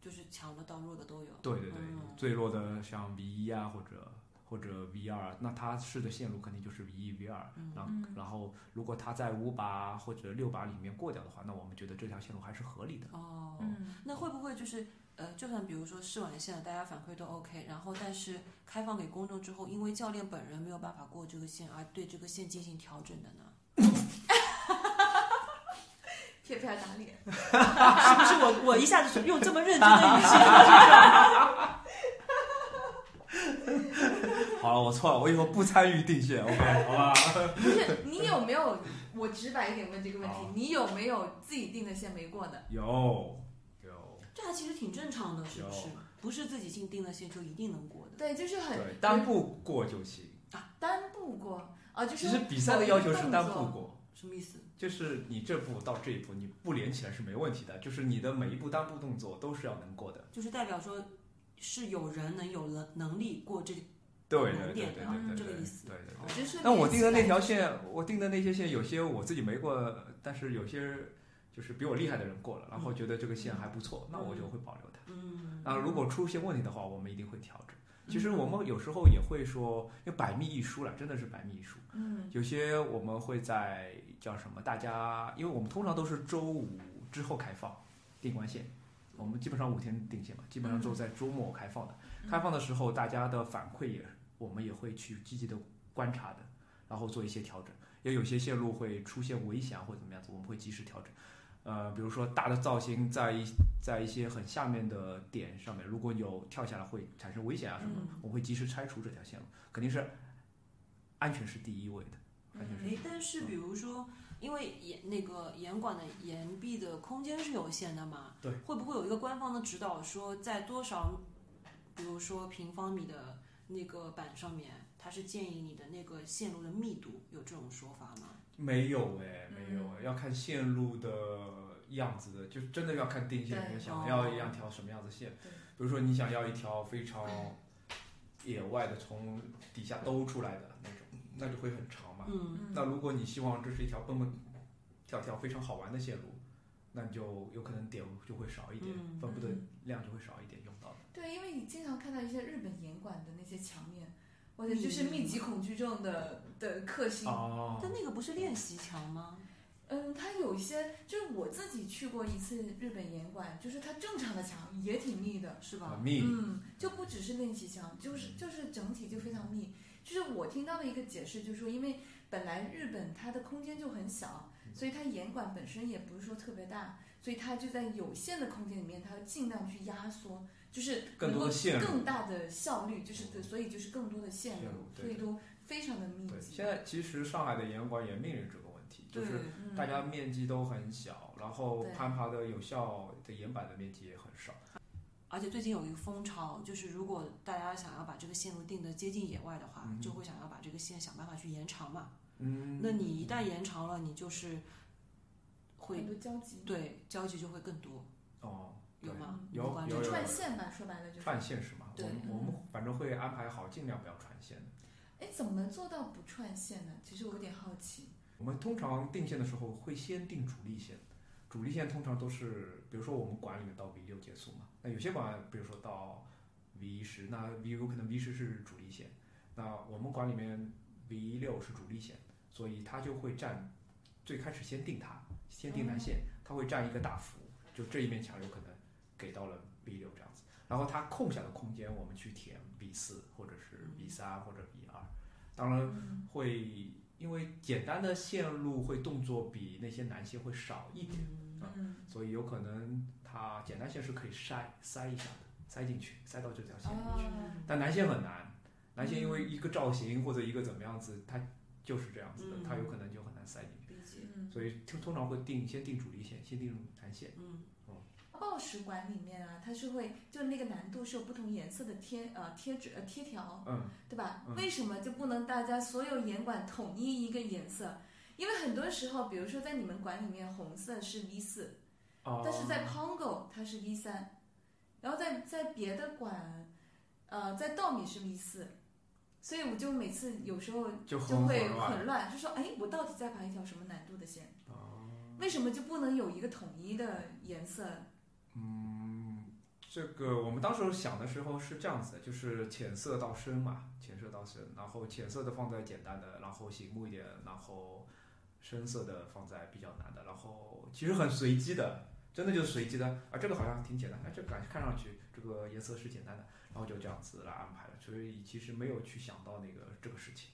A: 就是强的到弱的都有。
B: 对对对，
A: 嗯
B: 最弱的像 V 一啊，或者或者 V 二，啊那它试的线路肯定就是 V 一、V 二，然后
C: 嗯
B: 然后如果它在五把或者六把里面过掉的话，那我们觉得这条线路还是合理的。
A: 哦，
C: 嗯
A: 那会不会就是呃，就算比如说试完线了，大家反馈都 OK，然后但是开放给公众之后，因为教练本人没有办法过这个线，而对这个线进行调整的呢？
C: 撇撇打脸，
A: 是不是我我一下子用这么认真的语气？
B: 好了，我错了，我以后不参与定线，OK，好 吧？
C: 不是你有没有？我直白一点问这个问题
B: 好，
C: 你有没有自己定的线没过的？
B: 有有，
A: 这还其实挺正常的，是不是
B: 有？
A: 不是自己进定的线就一定能过的。
C: 对，就是很
B: 对，单步过就行。
C: 单步过啊，就是
B: 其实比赛的要求是单步
C: 动作
B: 过，
A: 什么意思？
B: 就是你这步到这一步，你不连起来是没问题的，就是你的每一步单步动作都是要能过的。
A: 就是代表说是有人能有能能力过这个，
B: 对
A: 很
B: 对
A: 难
B: 对
A: 点
B: 对
A: 啊
B: 对
A: 这个
B: 对
A: 意思
B: 对对。
C: 我觉得顺
B: 那我
C: 便
B: 定的
C: 起来
B: 那条
C: 就是
B: 线，我定的那些线，有些我自己没过，但是有些就是比我厉害的人过了，然后觉得这个线还不错，那我就会保留它。
A: 嗯
B: 啊，如果出现问题的话，我们一定会调整。其实我们有时候也会说，因为百密一疏了，真的是百密一疏。
C: 嗯
B: 有些我们会在叫什么？大家，因为我们通常都是周五之后开放定关线，我们基本上五天定线嘛，基本上都在周末开放的。开放的时候，大家的反馈也，我们也会去积极的观察的，然后做一些调整。也有些线路会出现危险啊或者怎么样子，我们会及时调整。呃，比如说大的造型在一在一些很下面的点上面，如果有跳下来会产生危险啊什么的，我们会及时拆除这条线路，肯定是安全是第一位的。安全是
A: 哎，但是比如说，因为岩那个岩管的岩壁的空间是有限的嘛，
G: 对，
A: 会不会有一个官方的指导说，在多少，比如说平方米的那个板上面，它是建议你的那个线路的密度，有这种说法吗？
B: 没有哎，没
A: 嗯
B: 有哎，要看线路的样子的，就真的要看定线，
C: 对
B: 你想
A: 哦
B: 要一条什么样的线。
C: 对
B: 比如说你想要一条非常野外的，从底下兜出来的那种，那就会很长嘛。
A: 嗯，
C: 嗯
B: 那如果你希望这是一条蹦蹦跳跳非常好玩的线路，那你就有可能点就会少一点，
A: 嗯
B: 分布的
C: 嗯
B: 量就会少一点，用到的。
C: 对，因为你经常看到一些日本严管的那些墙面，或者就是
A: 嗯
C: 密集恐惧症的的克星。
B: 哦
A: 但那个不是练习墙吗？
C: 嗯，它有一些就是我自己去过一次日本严管，就是它正常的墙也挺密的，
A: 是
B: 啊
A: 吧？
B: 密嗯
C: 嗯，就不只是练习墙，就是就是整体就非常密。就是我听到的一个解释，就是说，因为本来日本它的空间就很小，
B: 嗯
C: 所以它严管本身也不是说特别大，所以它就在有限的空间里面，它要尽量去压缩，就是
B: 更
C: 能
B: 多的
C: 够
B: 线路嗯
C: 更大的效率，就是对，所以就是更多的线
B: 线
C: 路
B: 路，对
C: 所以都非常的密
B: 对，
C: 集。
B: 现在其实上海的严管也面临这个问题，就
A: 对，
B: 是
C: 嗯
B: 大家面积都很小，然后
C: 对
B: 攀爬的有效的岩板的面积也很少。
A: 而且最近有一个风潮，就是如果大家想要把这个线路定的接近野外的话，
B: 嗯哼
A: 就会想要把这个线想办法去延长嘛。
B: 嗯
A: 那你一旦延长了，你就是会
C: 很多交集，
A: 对交集就会更多，
B: 哦，对
A: 有吗？
B: 有
A: 你关嗯注
B: 有
C: 就
B: 有
C: 啊串线吧，说白了就是。
B: 串线是吗？我
A: 对嗯
B: 们我们反正会安排好，尽量不要串线的。
C: 哎，怎么做到不串线呢？其实我有点好奇。
B: 我们通常定线的时候会先定主力线，主力线通常都是，比如说我们管里面到 V 六结束嘛，那有些管比如说到 V 十，那 V 有可能 V 十是主力线，那我们管里面 V 六是主力线，所以它就会占最开始先定它，先定它线，它会占一个大幅，就这一面墙有可能给到了 V 六这样子，然后它空下的空间我们去填 V 四或者是 V 三或者 V 二，当然
C: 嗯
B: 会因为简单的线路会动作比那些难线会少一点，
A: 嗯
C: 嗯，
B: 所以有可能它简单线是可以塞塞一下的，塞进去，塞到这条线里面去。
C: 哦，
A: 嗯
C: 嗯
B: 但南线很难，南线因为一个造型或者一个怎么样子，它就是这样子的，
A: 嗯
B: 它有可能就很难塞进去。
A: 理解，
C: 嗯，
B: 所以通通常会定先定主力线，先定南线。
A: 嗯
C: 报时馆里面啊，它是会就那个难度是有不同颜色的贴呃贴纸呃贴条，
B: 嗯，
C: 对吧？
B: 嗯
C: 为什么就不能大家所有严管统一一个颜色？因为很多时候，比如说在你们馆里面，红色是 V 四，
B: 哦、
C: 但是在 Pongo 它是 V 三，然后在在别的馆，呃，在稻米是 V 四，所以我就每次有时候
B: 就
C: 就
B: 很
C: 会
B: 混乱。
C: 很乱，就说哎，我到底在爬一条什么难度的线？
B: 哦
C: 为什么就不能有一个统一的颜色？
B: 嗯，这个我们当时想的时候是这样子的，就是浅色到深嘛，浅色到深，然后浅色的放在简单的，然后醒目一点，然后深色的放在比较难的，然后其实很随机的，真的就是随机的啊，这个好像挺简单，哎，这感看上去这个颜色是简单的，然后就这样子来安排了，所以其实没有去想到那个这个事情，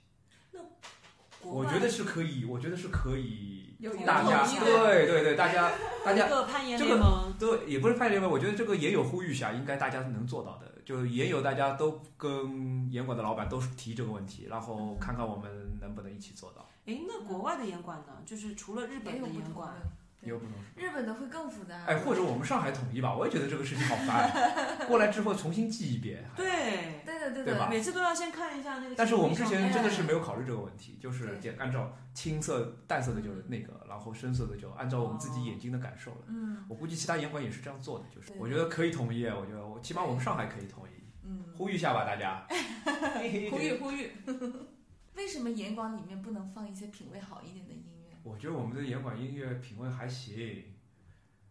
A: 国
B: 我
A: 外
B: 觉得是可以，我觉得是可以，
C: 有有
B: 大家
C: 统一的
B: 对对对，大家大家
A: 一个攀岩
B: 这个
A: 联盟，
B: 对，也不是派联盟，我觉得这个也有呼吁下，应该大家能做到的，就也有大家都跟严管的老板都提这个问题，然后
A: 嗯
B: 看看我们能不能一起做到。
A: 哎，那国外的岩馆呢？就是除了日
C: 也
A: 本
C: 有
A: 的
C: 不
A: 岩
C: 同
A: 馆，
C: 的。
B: 也有不同说法。
C: 日本的会更复杂。
B: 哎，或者我们上海统一吧，我也觉得这个事情好 烦。啊过来之后重新记一遍。还，
A: 对，
C: 对的对
B: 对吧
C: 的，
A: 每次都要先看一下那个。
B: 但是我们之
C: 哎
B: 前真的是没有考虑这个问题，就是简按照青色、淡色的就是那个，然后深色的就按照我们
A: 哦
B: 自己眼睛的感受了。
C: 嗯
B: 我估计其他严管也是这样做的，就是
C: 对
B: 我觉得可以统一，啊我觉得我起码我们上海可以统一，
C: 嗯，
B: 呼吁一下吧，大家。
A: 呼吁呼吁，
C: 为什么严管里面不能放一些品味好一点的音乐？
B: 我觉得我们的严管音乐品味还行，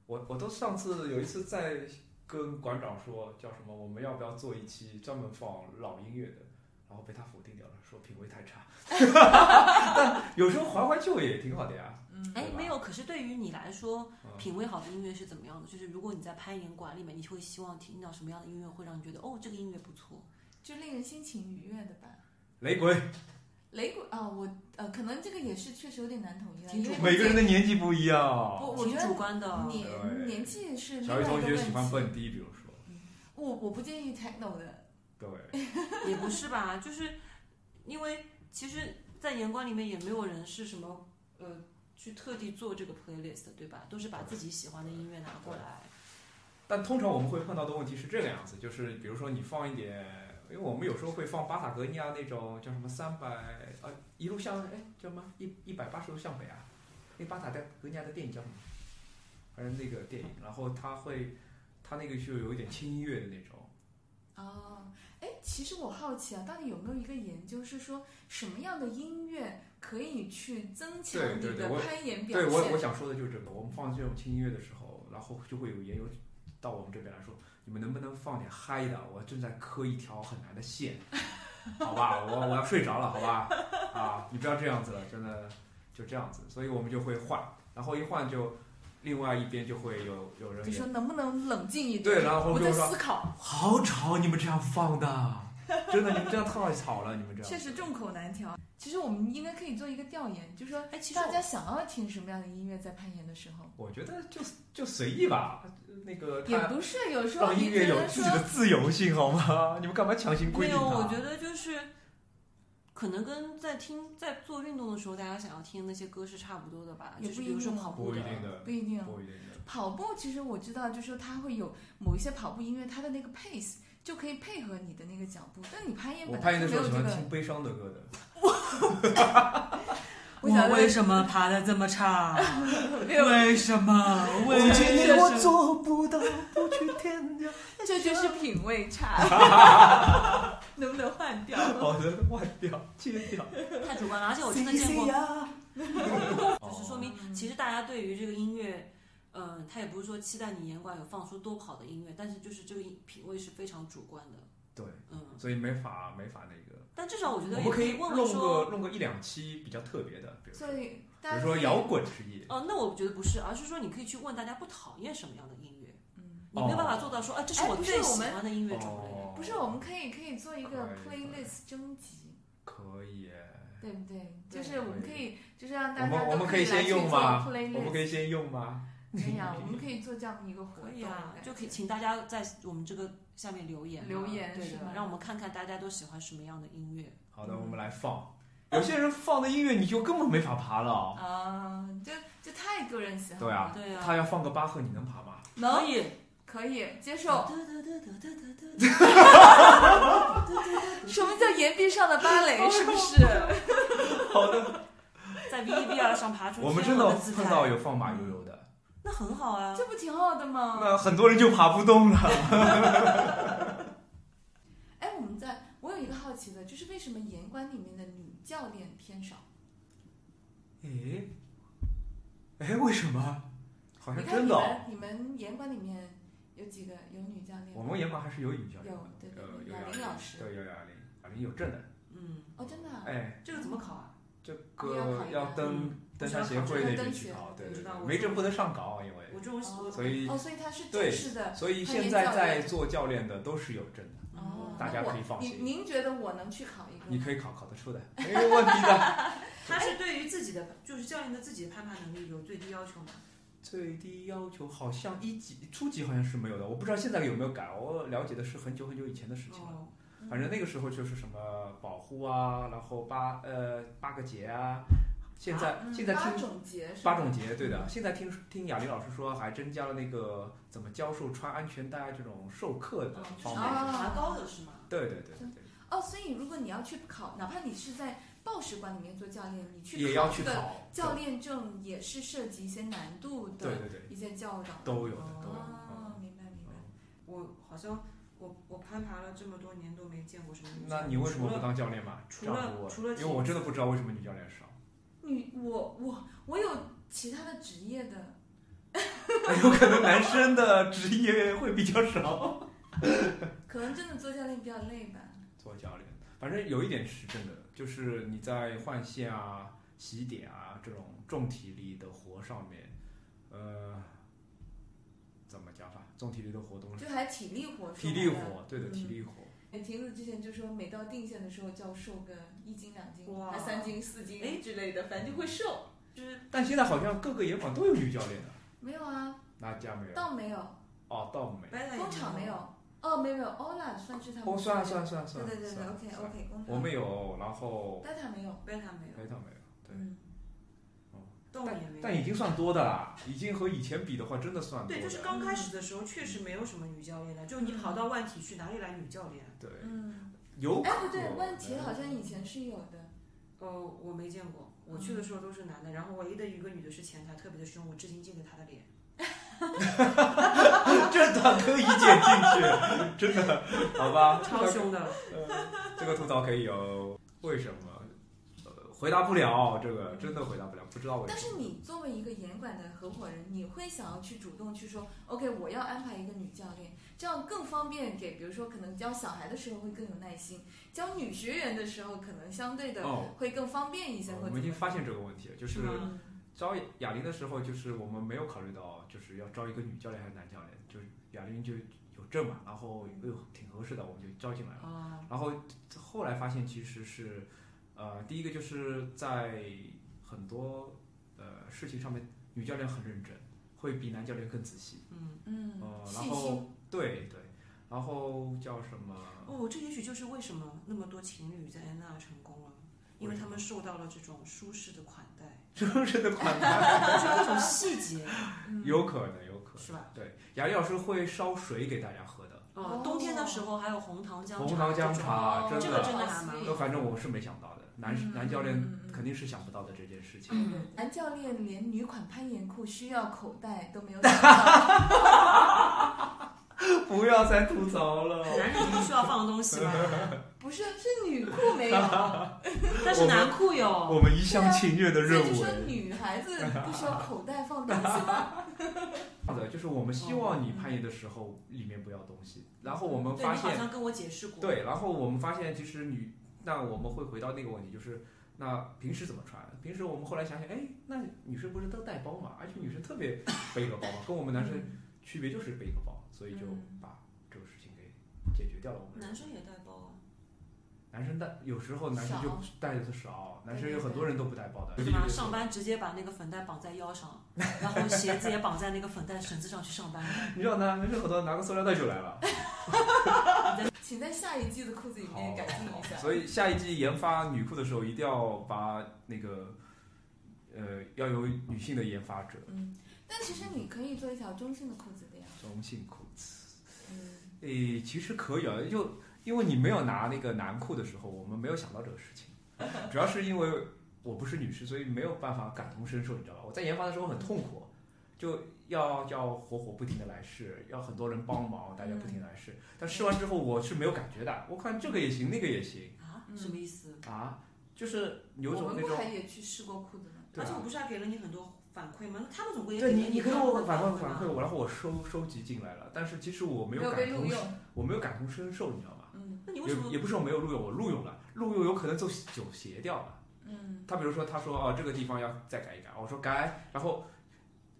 B: 我我都上次有一次在跟馆长说叫什么，我们要不要做一期专门放老音乐的，然后被他否定掉了，说品味太差。但有时候怀怀旧也挺好的呀。
C: 嗯，
A: 哎
B: 对，吧
A: 没有。可是对于你来说，
B: 嗯
A: 品味好的音乐是怎么样的？就是如果你在攀岩馆里面，你会希望听到什么样的音乐，会让你觉得哦，这个音乐不错。
C: 就令人心情愉悦的吧。
B: 雷 鬼，
C: 雷鬼啊，我呃，可能这个也是确实有点难统一了，
A: 挺
C: 因为
B: 每个人的年纪不一样。
C: 不，我
A: 挺
C: 觉
A: 主
C: 得
A: 观的。
C: 你
B: 对
C: 年纪是另
B: 小
C: 外
B: 鱼
C: 一个
B: 同学
C: 问
B: 喜欢
C: 题。
B: 蹦迪，比如说，
C: 我我不建议 techno 的，
B: 对，
A: 也不是吧，就是因为其实，在严管里面也没有人是什么呃去特地做这个 playlist 的对吧？都是把自己喜欢的音乐拿过来。
B: 但通常我们会碰到的问题是这个样子，就是比如说你放一点，因为我们有时候会放巴塔哥尼亚那种叫什么三百啊，一路向哎叫什么一一百八十度向北啊，那巴塔格尼亚的电影叫什么？反正那个电影，然后他会他那个就有一点轻音乐的那种，
C: 哦，哎，其实我好奇啊，到底有没有一个研究是说什么样的音乐可以去增强你
B: 对对对
C: 的
B: 我
C: 攀岩表
B: 对
C: 现？
B: 我我想说的就是这个，我们放这种轻音乐的时候，然后就会有研究到我们这边来说，你们能不能放点嗨的？我正在磕一条很难的线， 好吧，我我要睡着了，好吧，啊，你不要这样子了，真的就这样子，所以我们就会换，然后一换就另外一边就会有有人
C: 就
B: 也
C: 说能不能冷静一点？
B: 对，然后
C: 我
B: 就
C: 在
B: 说
C: 思考，
B: 好吵，你们这样放的，真的你们这样太吵了，你们这样
C: 确实众口难调。其实我们应该可以做一个调研，就说
A: 哎，其实
C: 大
A: 我
C: 家想要听什么样的音乐在攀岩的时候，
B: 我觉得就就随意吧，那个
C: 也
B: 他
C: 不是有时候
B: 让
C: 你
B: 音乐
C: 觉
B: 有
C: 得
B: 自
C: 说
B: 己的自由性好吗？ 你们干嘛强行规
A: 没
B: 定
A: 有，
B: 它？
A: 我觉得就是可能跟在听在做运动的时候，大家想要听那些歌是差不多的吧？就
C: 也不
A: 是比如
C: 一
A: 说
C: 定
A: 跑步
B: 不一
A: 的，
B: 定的
C: 不，一定。
B: 不一定的。
C: 跑步其实我知道，就是说它会有某一些跑步音乐，它的那个 pace 就可以配合你的那个脚步。但你攀岩
B: 我
C: 本
B: 攀
C: 来
B: 岩
C: 就
B: 的
C: 没
B: 时候喜
C: 有
B: 欢
C: 这个，
B: 听悲伤的歌的，
C: 想问
A: 什么爬的这么差？
C: 没有，
A: 什么？
B: 做不到不去天 涯。
C: 这就是品味差，能不能换掉？
B: 好的，哦忘掉，戒掉。
A: 太主观了，而且我真的见过，就是
B: 哦
A: 说明
C: 嗯
A: 其实大家对于这个音乐，嗯、他也不是说期待你严管有放出多跑的音乐，但是就是这个音品味是非常主观的，
B: 对，
A: 嗯。
B: 所以没法没法那个。
A: 但至少我觉
B: 我
A: 得
B: 们
A: 也
B: 可以
A: 问问
B: 弄
A: 说，
B: 个弄个一两期比较特别的，比如说
C: 所以
B: 比如
C: 大家
B: 说
C: 可以
B: 摇，滚之夜。
A: 哦、那我觉得不是，而是说你可以去问大家不讨厌什么样的音乐，
C: 嗯
A: 你没有
B: 哦
A: 办法做到说，啊，这是
C: 哎
A: 我
C: 不是
A: 最
C: 我
A: 喜
C: 们
A: 欢的音乐种类。
B: 哦，
C: 不是，我们可以可以做一个
B: 可以
C: playlist 征集，
B: 可以耶。
C: 对不对？
A: 对
C: 就是我们可以，就是让
B: 我
C: 大
B: 们
C: 家
B: 我
C: 都
B: 们可以
C: 来
B: 先
C: 去
B: 用
C: 做
B: 吗
C: playlist。
B: 我们可以先用吗？
C: 哎呀，我们可以做这样的一个活动，
A: 可以啊，就可以，
C: 哎
A: 请大家在我们这个下面留言嘛，
C: 留言
A: 对
C: 是
A: 的
C: 吗，
A: 让我们看看大家都喜欢什么样的音乐。
B: 好的，我们来放。有些人放的音乐你就根本没法爬了。
C: 啊，就就太个人喜好
B: 对啊
C: 了，
A: 对啊，
B: 他要放个巴赫，你能爬吗？
A: 可
C: 能
A: 以。
C: 可以接受。什么叫岩壁上的芭 蕾？是不 是？
B: 好的，
A: 在 V E B 二上爬出
B: 我们
A: 天
B: 真
A: 文
B: 的
A: 的姿态
B: 碰到有放马悠悠的，
A: 那很好啊。
C: 这不挺好的吗？
B: 那很多人就爬不动了。
C: 哎，我们在，我有一个好奇的，就是为什么岩馆里面的女教练偏少？
B: 诶，诶，为什么？好
C: 你
B: 像
C: 看
B: 真
C: 你
B: 的哦、
C: 们，你们岩馆里面有几个有女教练吗？
B: 我们严管还是有女教练的
C: 有，对对
B: 呃
C: 对
B: 有
C: 雅
B: 雅
C: 玲老师
B: 对，有雅玲，雅玲有证的。
A: 嗯，
C: 哦，真的啊、
B: 哎，
A: 这个怎么考啊？
B: 这
C: 要考
B: 个
C: 一个
B: 要登登山协会那边去考，对对
A: 知道
B: 对，
A: 我
B: 没证不能上岗，啊因为
A: 我这种
C: 哦
B: 所以
C: 哦，所以她是正
B: 对
C: 式的
B: 所以
C: 攀岩
B: 现在
C: 教
B: 在
C: 练
B: 做教练的都是有证的，
C: 哦，
B: 大
C: 那
B: 家
C: 我
B: 可以放
C: 您
B: 心
C: 您觉得我能去考一个吗？
B: 你可以考考得出的，没有问题的。
A: 他是对于自己的，就是教练的自己的攀爬能力有最低要求吗？
B: 最低要求好像一级、初级好像是没有的，我不知道现在有没有改。我了解的是很久很久以前的事情了。
A: 哦，
B: 反正那个时候就是什么保护啊，然后八呃八个节啊，现在、
A: 嗯
B: 现在
C: 八
B: 听
C: 种节是吧
B: 八种节，对的。现在听听雅丽老师说，还增加了那个怎么教授穿安全带这种授课的
A: 嗯，就是
B: 方
A: 那
B: 面。
A: 个爬高的是吗？
B: 对对对对对，
C: 哦，所以如果你要去考，哪怕你是在报时馆里面做教练，你去
B: 也要去
C: 这个
B: 考。
C: 教练证也是涉及一些难度
B: 对
C: 的
B: 对对，
C: 一些教导。
B: 都有的嗯都有。
C: 哦，明白明白。
A: 我好像我我攀爬了这么多年都没见过什么女教练。
B: 那你为什么
A: 除
B: 不
A: 了
B: 当教练嘛？
A: 除了
B: 这样子我
A: 除了
B: 因为我真的不知道为什么女教练少。
C: 女，我我我有其他的职业的，
B: 有可能男生的职业会比较少。
C: 可能真的做教练比较累吧。
B: 做教练，反正有一点是真的，就是你在换线啊、洗点啊这种重体力的活上面，呃，怎么讲法？重体力的活动，
C: 就还体力活，
B: 体力。活，对的，
C: 嗯
B: 体力活。
C: 哎，婷子之前就说，每到定线的时候就要瘦个一斤两斤，
A: 哇
C: 还三斤四斤
A: 哎
C: 之类的，反正就会瘦。
A: 就是
B: 但现在好像各个野馆都有女教练的，
C: 没有啊，
B: 那家没有？
C: 倒没有，
B: 哦，倒没。
A: 白兰
C: 工厂没有。哦，没有没有，OLA 算是他们。
B: 哦，算了算了算了算了。
C: 对对对对
B: 算了
C: ，OK
B: 算了
C: OK，工厂。
B: 我们有，然后
C: 但他没有。
A: 贝塔没有，
B: 哎，倒没有。对，
C: 嗯，
A: 动也没有。
B: 但已经算多的啦，已经和以前比的话，真的算多
A: 对，
B: 的。
A: 就是刚开始的时候确实没有什么女教练的，就你跑到万体去，哪里来女教练？
B: 对，
C: 嗯，
B: 有可
C: 哎，
B: 能。
C: 不对，万题好像以前是有的。
A: 呃，我没见过，我去的时候都是男的，然后唯一的一个女的是前台，特别的凶，我至今记得她的脸。
B: 这段可以剪进去，真的，好吧？呃
A: 超凶的，
B: 这个吐槽可以有，为什么？呃，回答不了，这个真的回答不了，不知道为什
C: 但
B: 么。
C: 是你作为一个严管的合伙人，你会想要去主动去说，OK，我要安排一个女教练，这样更方便给，比如说可能教小孩的时候会更有耐心，教女学员的时候可能相对的
B: 哦，
C: 会更方便一些，
B: 我
C: 或
B: 们
C: 者
B: 已经发现这个问题了，就是
A: 是吗
C: 嗯
B: 招哑铃的时候，就是我们没有考虑到，就是要招一个女教练还是男教练，就是哑铃就有证嘛，然后又挺合适的，我们就招进来了。
A: 啊，
B: 然后后来发现其实是，呃，第一个就是在很多呃事情上面，女教练很认真，会比男教练更仔细。
A: 嗯，
C: 嗯
B: 呃，然
C: 细心
B: 后对对，然后叫什么？
A: 哦，这也许就是为什么那么多情侣在安娜成功了，因为他们受到了这种舒适的款待，
C: 哦
B: 真实的款待，
A: 就是那种细节，
C: 嗯
B: 有可能，有可能
A: 是吧？
B: 对，雅丽老师会烧水给大家喝的，
A: 哦，冬天的时候还有红糖姜茶，
B: 红糖姜茶，
A: 哦这
B: 啊真
A: 个
B: 的，
A: 真的还蛮
B: 那反正我是没想到的，男
C: 哎嗯
B: 男教练
C: 嗯嗯嗯
B: 肯定是想不到的这件事 情。
A: 嗯
C: 男教练连女款攀岩裤需要口袋都没有想到，
B: 不要再吐槽了
A: 男人不需要放的东 西吧？
C: 不是是女裤没有，
A: 但是男裤有，
B: 我们一厢情愿的
C: 啊所
B: 认
C: 以就说
B: 为。
C: 女孩子不需要口袋 放东西吗？
B: 这样的，就是我们希望你攀岩的时候里面不要东西。然后我们
A: 对
B: 发
A: 你好
B: 现，
A: 像跟我解释过，
B: 对，然后我们发现其实女，那我们会回到那个问题，就是那平时怎么穿？平时我们后来想想，哎，那女生不是都带包嘛？而且女生特别背个包嘛，跟我们男
A: 嗯
B: 生区别就是背个包，所以就
C: 嗯
B: 把这个事情给解决掉了。我们
A: 男生也带包啊。
B: 男生带有时候男生就
C: 少
B: 带的少，男生
C: 对对
B: 有很
C: 对
B: 多人都不带包的。
A: 是吗？上班直接把那个粉带绑在腰上，然后鞋子也绑在那个粉带绳子上去上班。
B: 你知道男男生很多拿个塑料袋就来了。
C: 请在下一季的裤子里面改进一下。
B: 所以下一季研发女裤的时候，一定要把那个，呃，要有女性的研发者，
C: 嗯，但其实你可以做一条中性的裤子的呀。
B: 中性裤子。
C: 嗯，
B: 诶，其实可以啊，就因为你没有拿那个男裤的时候，我们没有想到这个事 情，主要是因为我不是女士，所以没有办法感同身受，你知道吧？我在研发的时候很痛苦，就要要火火不停的来试，要很多人帮忙，大家不停地来试。但试完之后，我是没有感觉的，我看这个也行，那个也行
A: 啊，
C: 嗯
A: 什么意思？
B: 啊，就是有
C: 我
B: 种
C: 们
B: 那
C: 不
B: 种
C: 还。也去试过裤子吗？
B: 对
A: 而且
B: 啊
A: 我不是还给了你很多反馈吗？那他们总归也
B: 对
A: 给
B: 你，
A: 了
B: 你
A: 你
B: 给我反馈反馈
A: 馈吗。
B: 我，然后我收收集进来了，但是其实我没
C: 没
B: 有
C: 被
B: 感
C: 录
B: 同
C: 用
B: 身，。我没有感同身受，你知道吗？
C: 嗯
A: 那你为什
B: 也
A: 么
B: 也不是我没有录用，我录用了，录用有可能就就斜掉了。
C: 嗯
B: 他比如说他说哦这个地方要再改一改，我说改，然后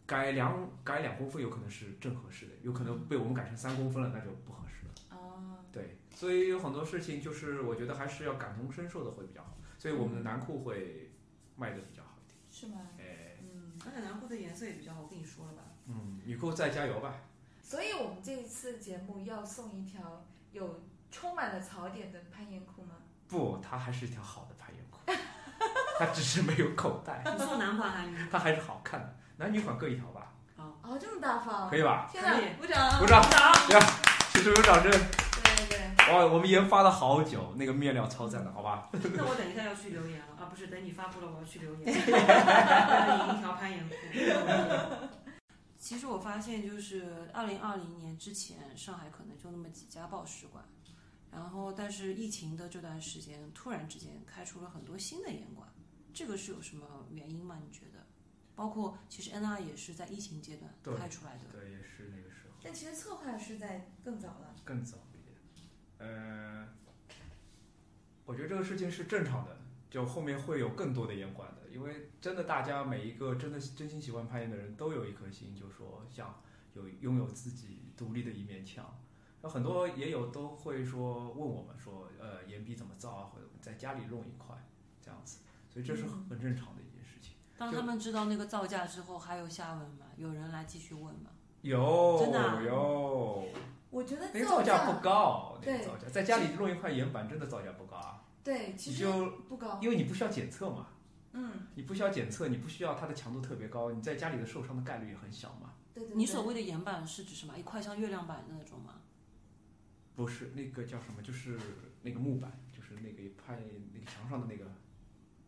B: 改两改两公分有可能是正合适的，有可能被我们改成三公分了，那就不合适了。
C: 啊，
B: 对，所以有很多事情就是我觉得还是要感同身受的会比较好，所以我们的男裤会卖的比较好一点。
C: 是吗？
B: 哎，
C: 嗯，
A: 而且男裤的颜色也比较好，我跟你说了 吧。
B: 嗯，女裤再加油吧。
C: 所以我们这一次节目要送一条有充满了槽点的攀岩裤吗？
B: 不，它还是一条好的攀岩裤。它只是没有口袋，
A: 你送男款还是女
B: 它还是好看的，男女款各一条吧，
C: 哦，这么大方
B: 可，以吧？
C: 天哪
A: 可以，
C: 鼓掌，
E: 嗯鼓掌，呀，其实鼓掌这
C: 对对，
E: 哇，我们研发了好久，那个面料超赞的，好吧？
A: 款？ 那我等一下要去留言了啊，不是，等你发布了我要去 留言，我要引一条攀岩裤。 其实我发现，就是二零二零年之前，上海可能就那么几家报使馆，然后但是疫情的这段时间，突然之间开出了很多新的严管，这个是有什么原因吗？你觉得？包括其实 NR 也是在疫情阶
B: 对
A: 段开出来的，
B: 对，也是那个时候
C: 但其实策划是在更早了，
B: 更早一点。呃，我觉得这个事情是正常的，就后面会有更多的严管的，因为真的大家每一个真的真心喜欢攀岩的人都有一颗心，就说想有拥有自己独立的一面墙。那很多也有都会说问我们说，呃，岩壁怎么造啊，或者在家里弄一块这样子，所以这是很正常的一件事情。
A: 当他们知道那个造价之后，还有下文吗？有人来继续问吗？
C: 嗯
B: 有
A: 真的啊
B: 有，
C: 我觉得
B: 那个造价不高，那
C: 对
B: 个造价在家里弄一块岩板真的造价不高啊。
C: 对，其
B: 你
C: 实
B: 就
C: 不高，
B: 因为你不需要检测嘛，
C: 哦嗯，
B: 你不需要检测，你不需要它的强度特别高，你在家里的受伤的概率也很小嘛。
C: 对对对，
A: 你所谓的岩板是指什么？一块像月亮板的那种吗？
B: 不是那个叫什么，就是那个木板，就是那个派那个墙上的那个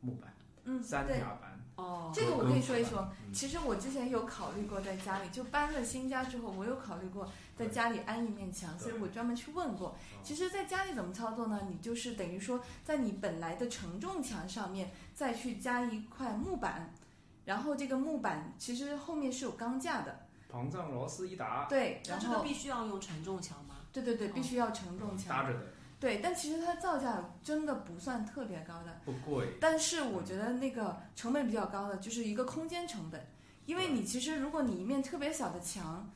B: 木板，
C: 嗯
B: 三
C: 对
B: 甲板。
A: 哦，
C: 这个我可以说一说
B: 嗯，
C: 其实我之前有考虑过在家里，就搬了新家之后，我有考虑过在家里安一面墙，所
B: 对哦
C: 以我专门去问过。其实，在家里怎么操作呢？你就是等于说，在你本来的承重墙上面再去加一块木板，然后这个木板其实后面是有钢架的，
B: 膨胀螺丝一打，
C: 对，
A: 那
C: 然
A: 这个
C: 后
A: 必须要用承重墙吗？
C: 对对对，必须要承重
B: 哦搭
C: 墙，
B: 着的，
C: 对，但其实它造价真的不算特别高的。
B: 不贵。
C: 但是我觉得那个成本比较高的就是一个空间成本，因为你其实如果你一面特别小的墙，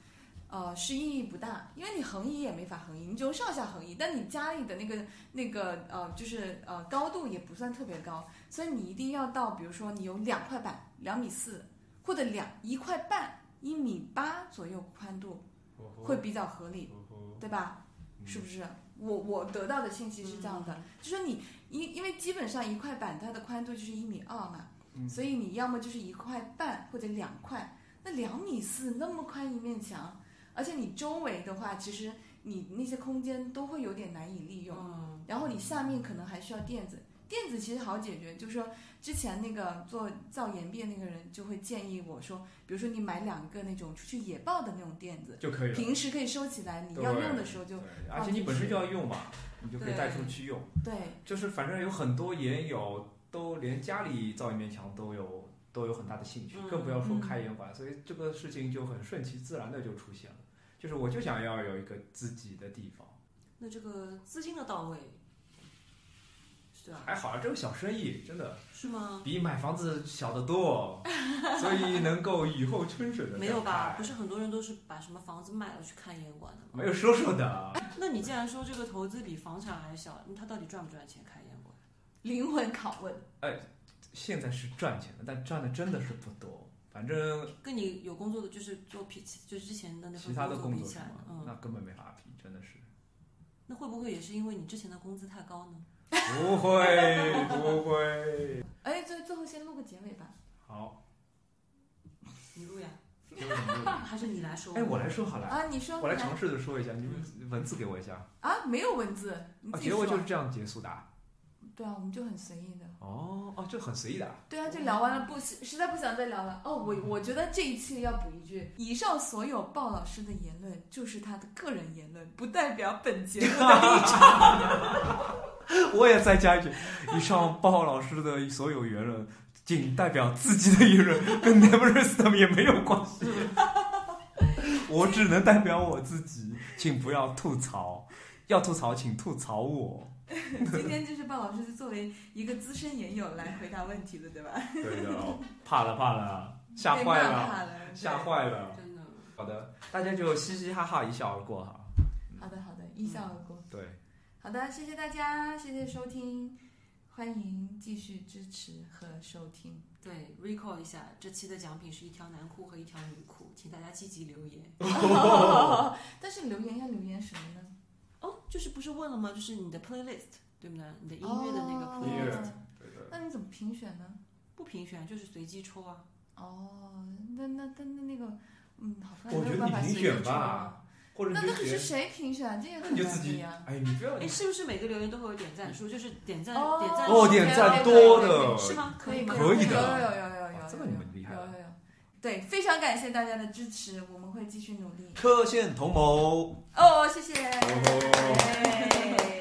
C: 呃，是意义不大，因为你横移也没法横移，你只有上下横移，但你家里的那个那个呃，就是呃高度也不算特别高，所以你一定要到，比如说你有两块板，两米四或者两一块半，一米八左右宽度
B: 哦
C: 会比较合理，对吧？
B: 嗯
C: 是不是？我我得到的信息是这样
A: 嗯
C: 的，就说你因因为基本上一块板它的宽度就是一米二嘛，
B: 嗯
C: 所以你要么就是一块半或者两块，那两米四那么宽一面墙，而且你周围的话，其实你那些空间都会有点难以利用。
A: 嗯，
C: 然后你下面可能还需要垫子，垫子其实好解决，就是说之前那个做造岩壁的那个人就会建议我说，比如说你买两个那种出去野爆的那种垫子，
B: 就可以了。
C: 平时可以收起来，你要
B: 对
C: 用的时候就
B: 对，而且你本身就要用嘛，你就可以带出去用。
C: 对。
B: 就是反正有很多岩友都连家里造一面墙都有都有很大的兴趣
A: 嗯，
B: 更不要说开岩馆，所以这个事情就很顺其自然的就出现了。就是我就想要有一个自己的地方，
A: 那这个资金的到位，是对吧？
B: 还好啊，这个小生意真的
A: 是吗？
B: 比买房子小得多，所以能够雨后春笋的
A: 没有吧？不是很多人都是把什么房子卖了去看烟馆的吗？
B: 没有说说的，
A: 那你既然说这个投资比房产还小，那他到底赚不赚钱开烟馆？
C: 灵魂拷问，
B: 现在是赚钱的，但赚的真的是不多。反正
A: 跟你有工作的就是做比起，就是之前的那
B: 其
A: 份
B: 他的
A: 作
B: 工
A: 比
B: 作
A: 起
B: 什
A: 来
B: 么，，
A: 嗯，
B: 那根本没法比，真的是。
A: 那会不会也是因为你之前的工资太高呢？
B: 不会，不会。
C: 哎，最最后先录个结尾吧。
B: 好，
A: 你录呀，
B: 结尾怎么录的？
A: 还是你来说？
B: 哎，我来说好了，
C: 啊，你说
B: 我来
C: 你
B: 尝试着说一下，你们文字给我一下。
C: 啊，没有文字，你
B: 啊，
C: 自己
B: 结
C: 说。
B: 尾就是这样结束的啊。
C: 对啊，我们就很随意的。
B: 哦哦，这很随意的啊。
C: 对啊，就聊完了，不实实在不想再聊了。哦，我我觉得这一期要补一句：以上所有鲍老师的言论就是他的个人言论，不代表本节目 的立场。
E: 我也再加一句，以上鲍老师的所有言论仅代表自己的言论，跟 Never System 也没有关 系。我只能代表我自己，请不要吐槽，要吐槽请吐槽我。
C: 今天就是鲍老师作为一个资深研友来回答问题的，对吧？
E: 对的，哦怕了怕了，吓
C: 被
E: 坏
C: 骂
E: 了，
C: 怕了，
E: 吓
C: 对。
E: 坏了。
A: 真的，
E: 好的，大家就嘻嘻哈哈一笑而过哈。
C: 好的好的，一笑而
B: 嗯
C: 过。
E: 对，
C: 好的，谢谢大家，谢谢收听，欢迎继续支持和收听。
A: 对，recall 一下，这期的奖品是一条男裤和一条女裤，请大家积极留言。
C: 但是留言要留言什么呢？
A: 哦，就是不是问了吗？就是你的 playlist 对不对？你的音乐的那个
C: 哦
A: playlist，、
B: 对的。
C: 那你怎么评选选呢？
A: 不评选就是随机抽啊。
C: 哦，那那那那那个，嗯，好像
B: 我
C: 没
B: 觉
C: 有
B: 得
C: 办
B: 你
C: 法
B: 评
C: 随意
B: 选
C: 抽啊。
B: 吧，或者
C: 那
B: 你
C: 那
B: 就
C: 可
B: 觉
C: 是
B: 得
C: 谁评选？这个
B: 那
C: 很
B: 你就
C: 难
B: 自
C: 的
B: 己
C: 呀。，
B: 哎，你不要
A: 哎，是不是每个留言都会有点赞数？就是点赞
C: 哦
A: 点赞
E: 哦，
A: 数
E: 点赞
C: 对对
E: 多
C: 对
E: 的，
A: 是吗？
C: 可以
A: 吗？
E: 可以的
C: 有有有有有有
E: 哇
C: 有，
E: 这个你们厉害
C: 有
E: 了。
C: 有有，对，非常感谢大家的支持，我们会继续努力。
E: 科线同谋。
C: 哦，谢谢。
E: 哦
C: 耶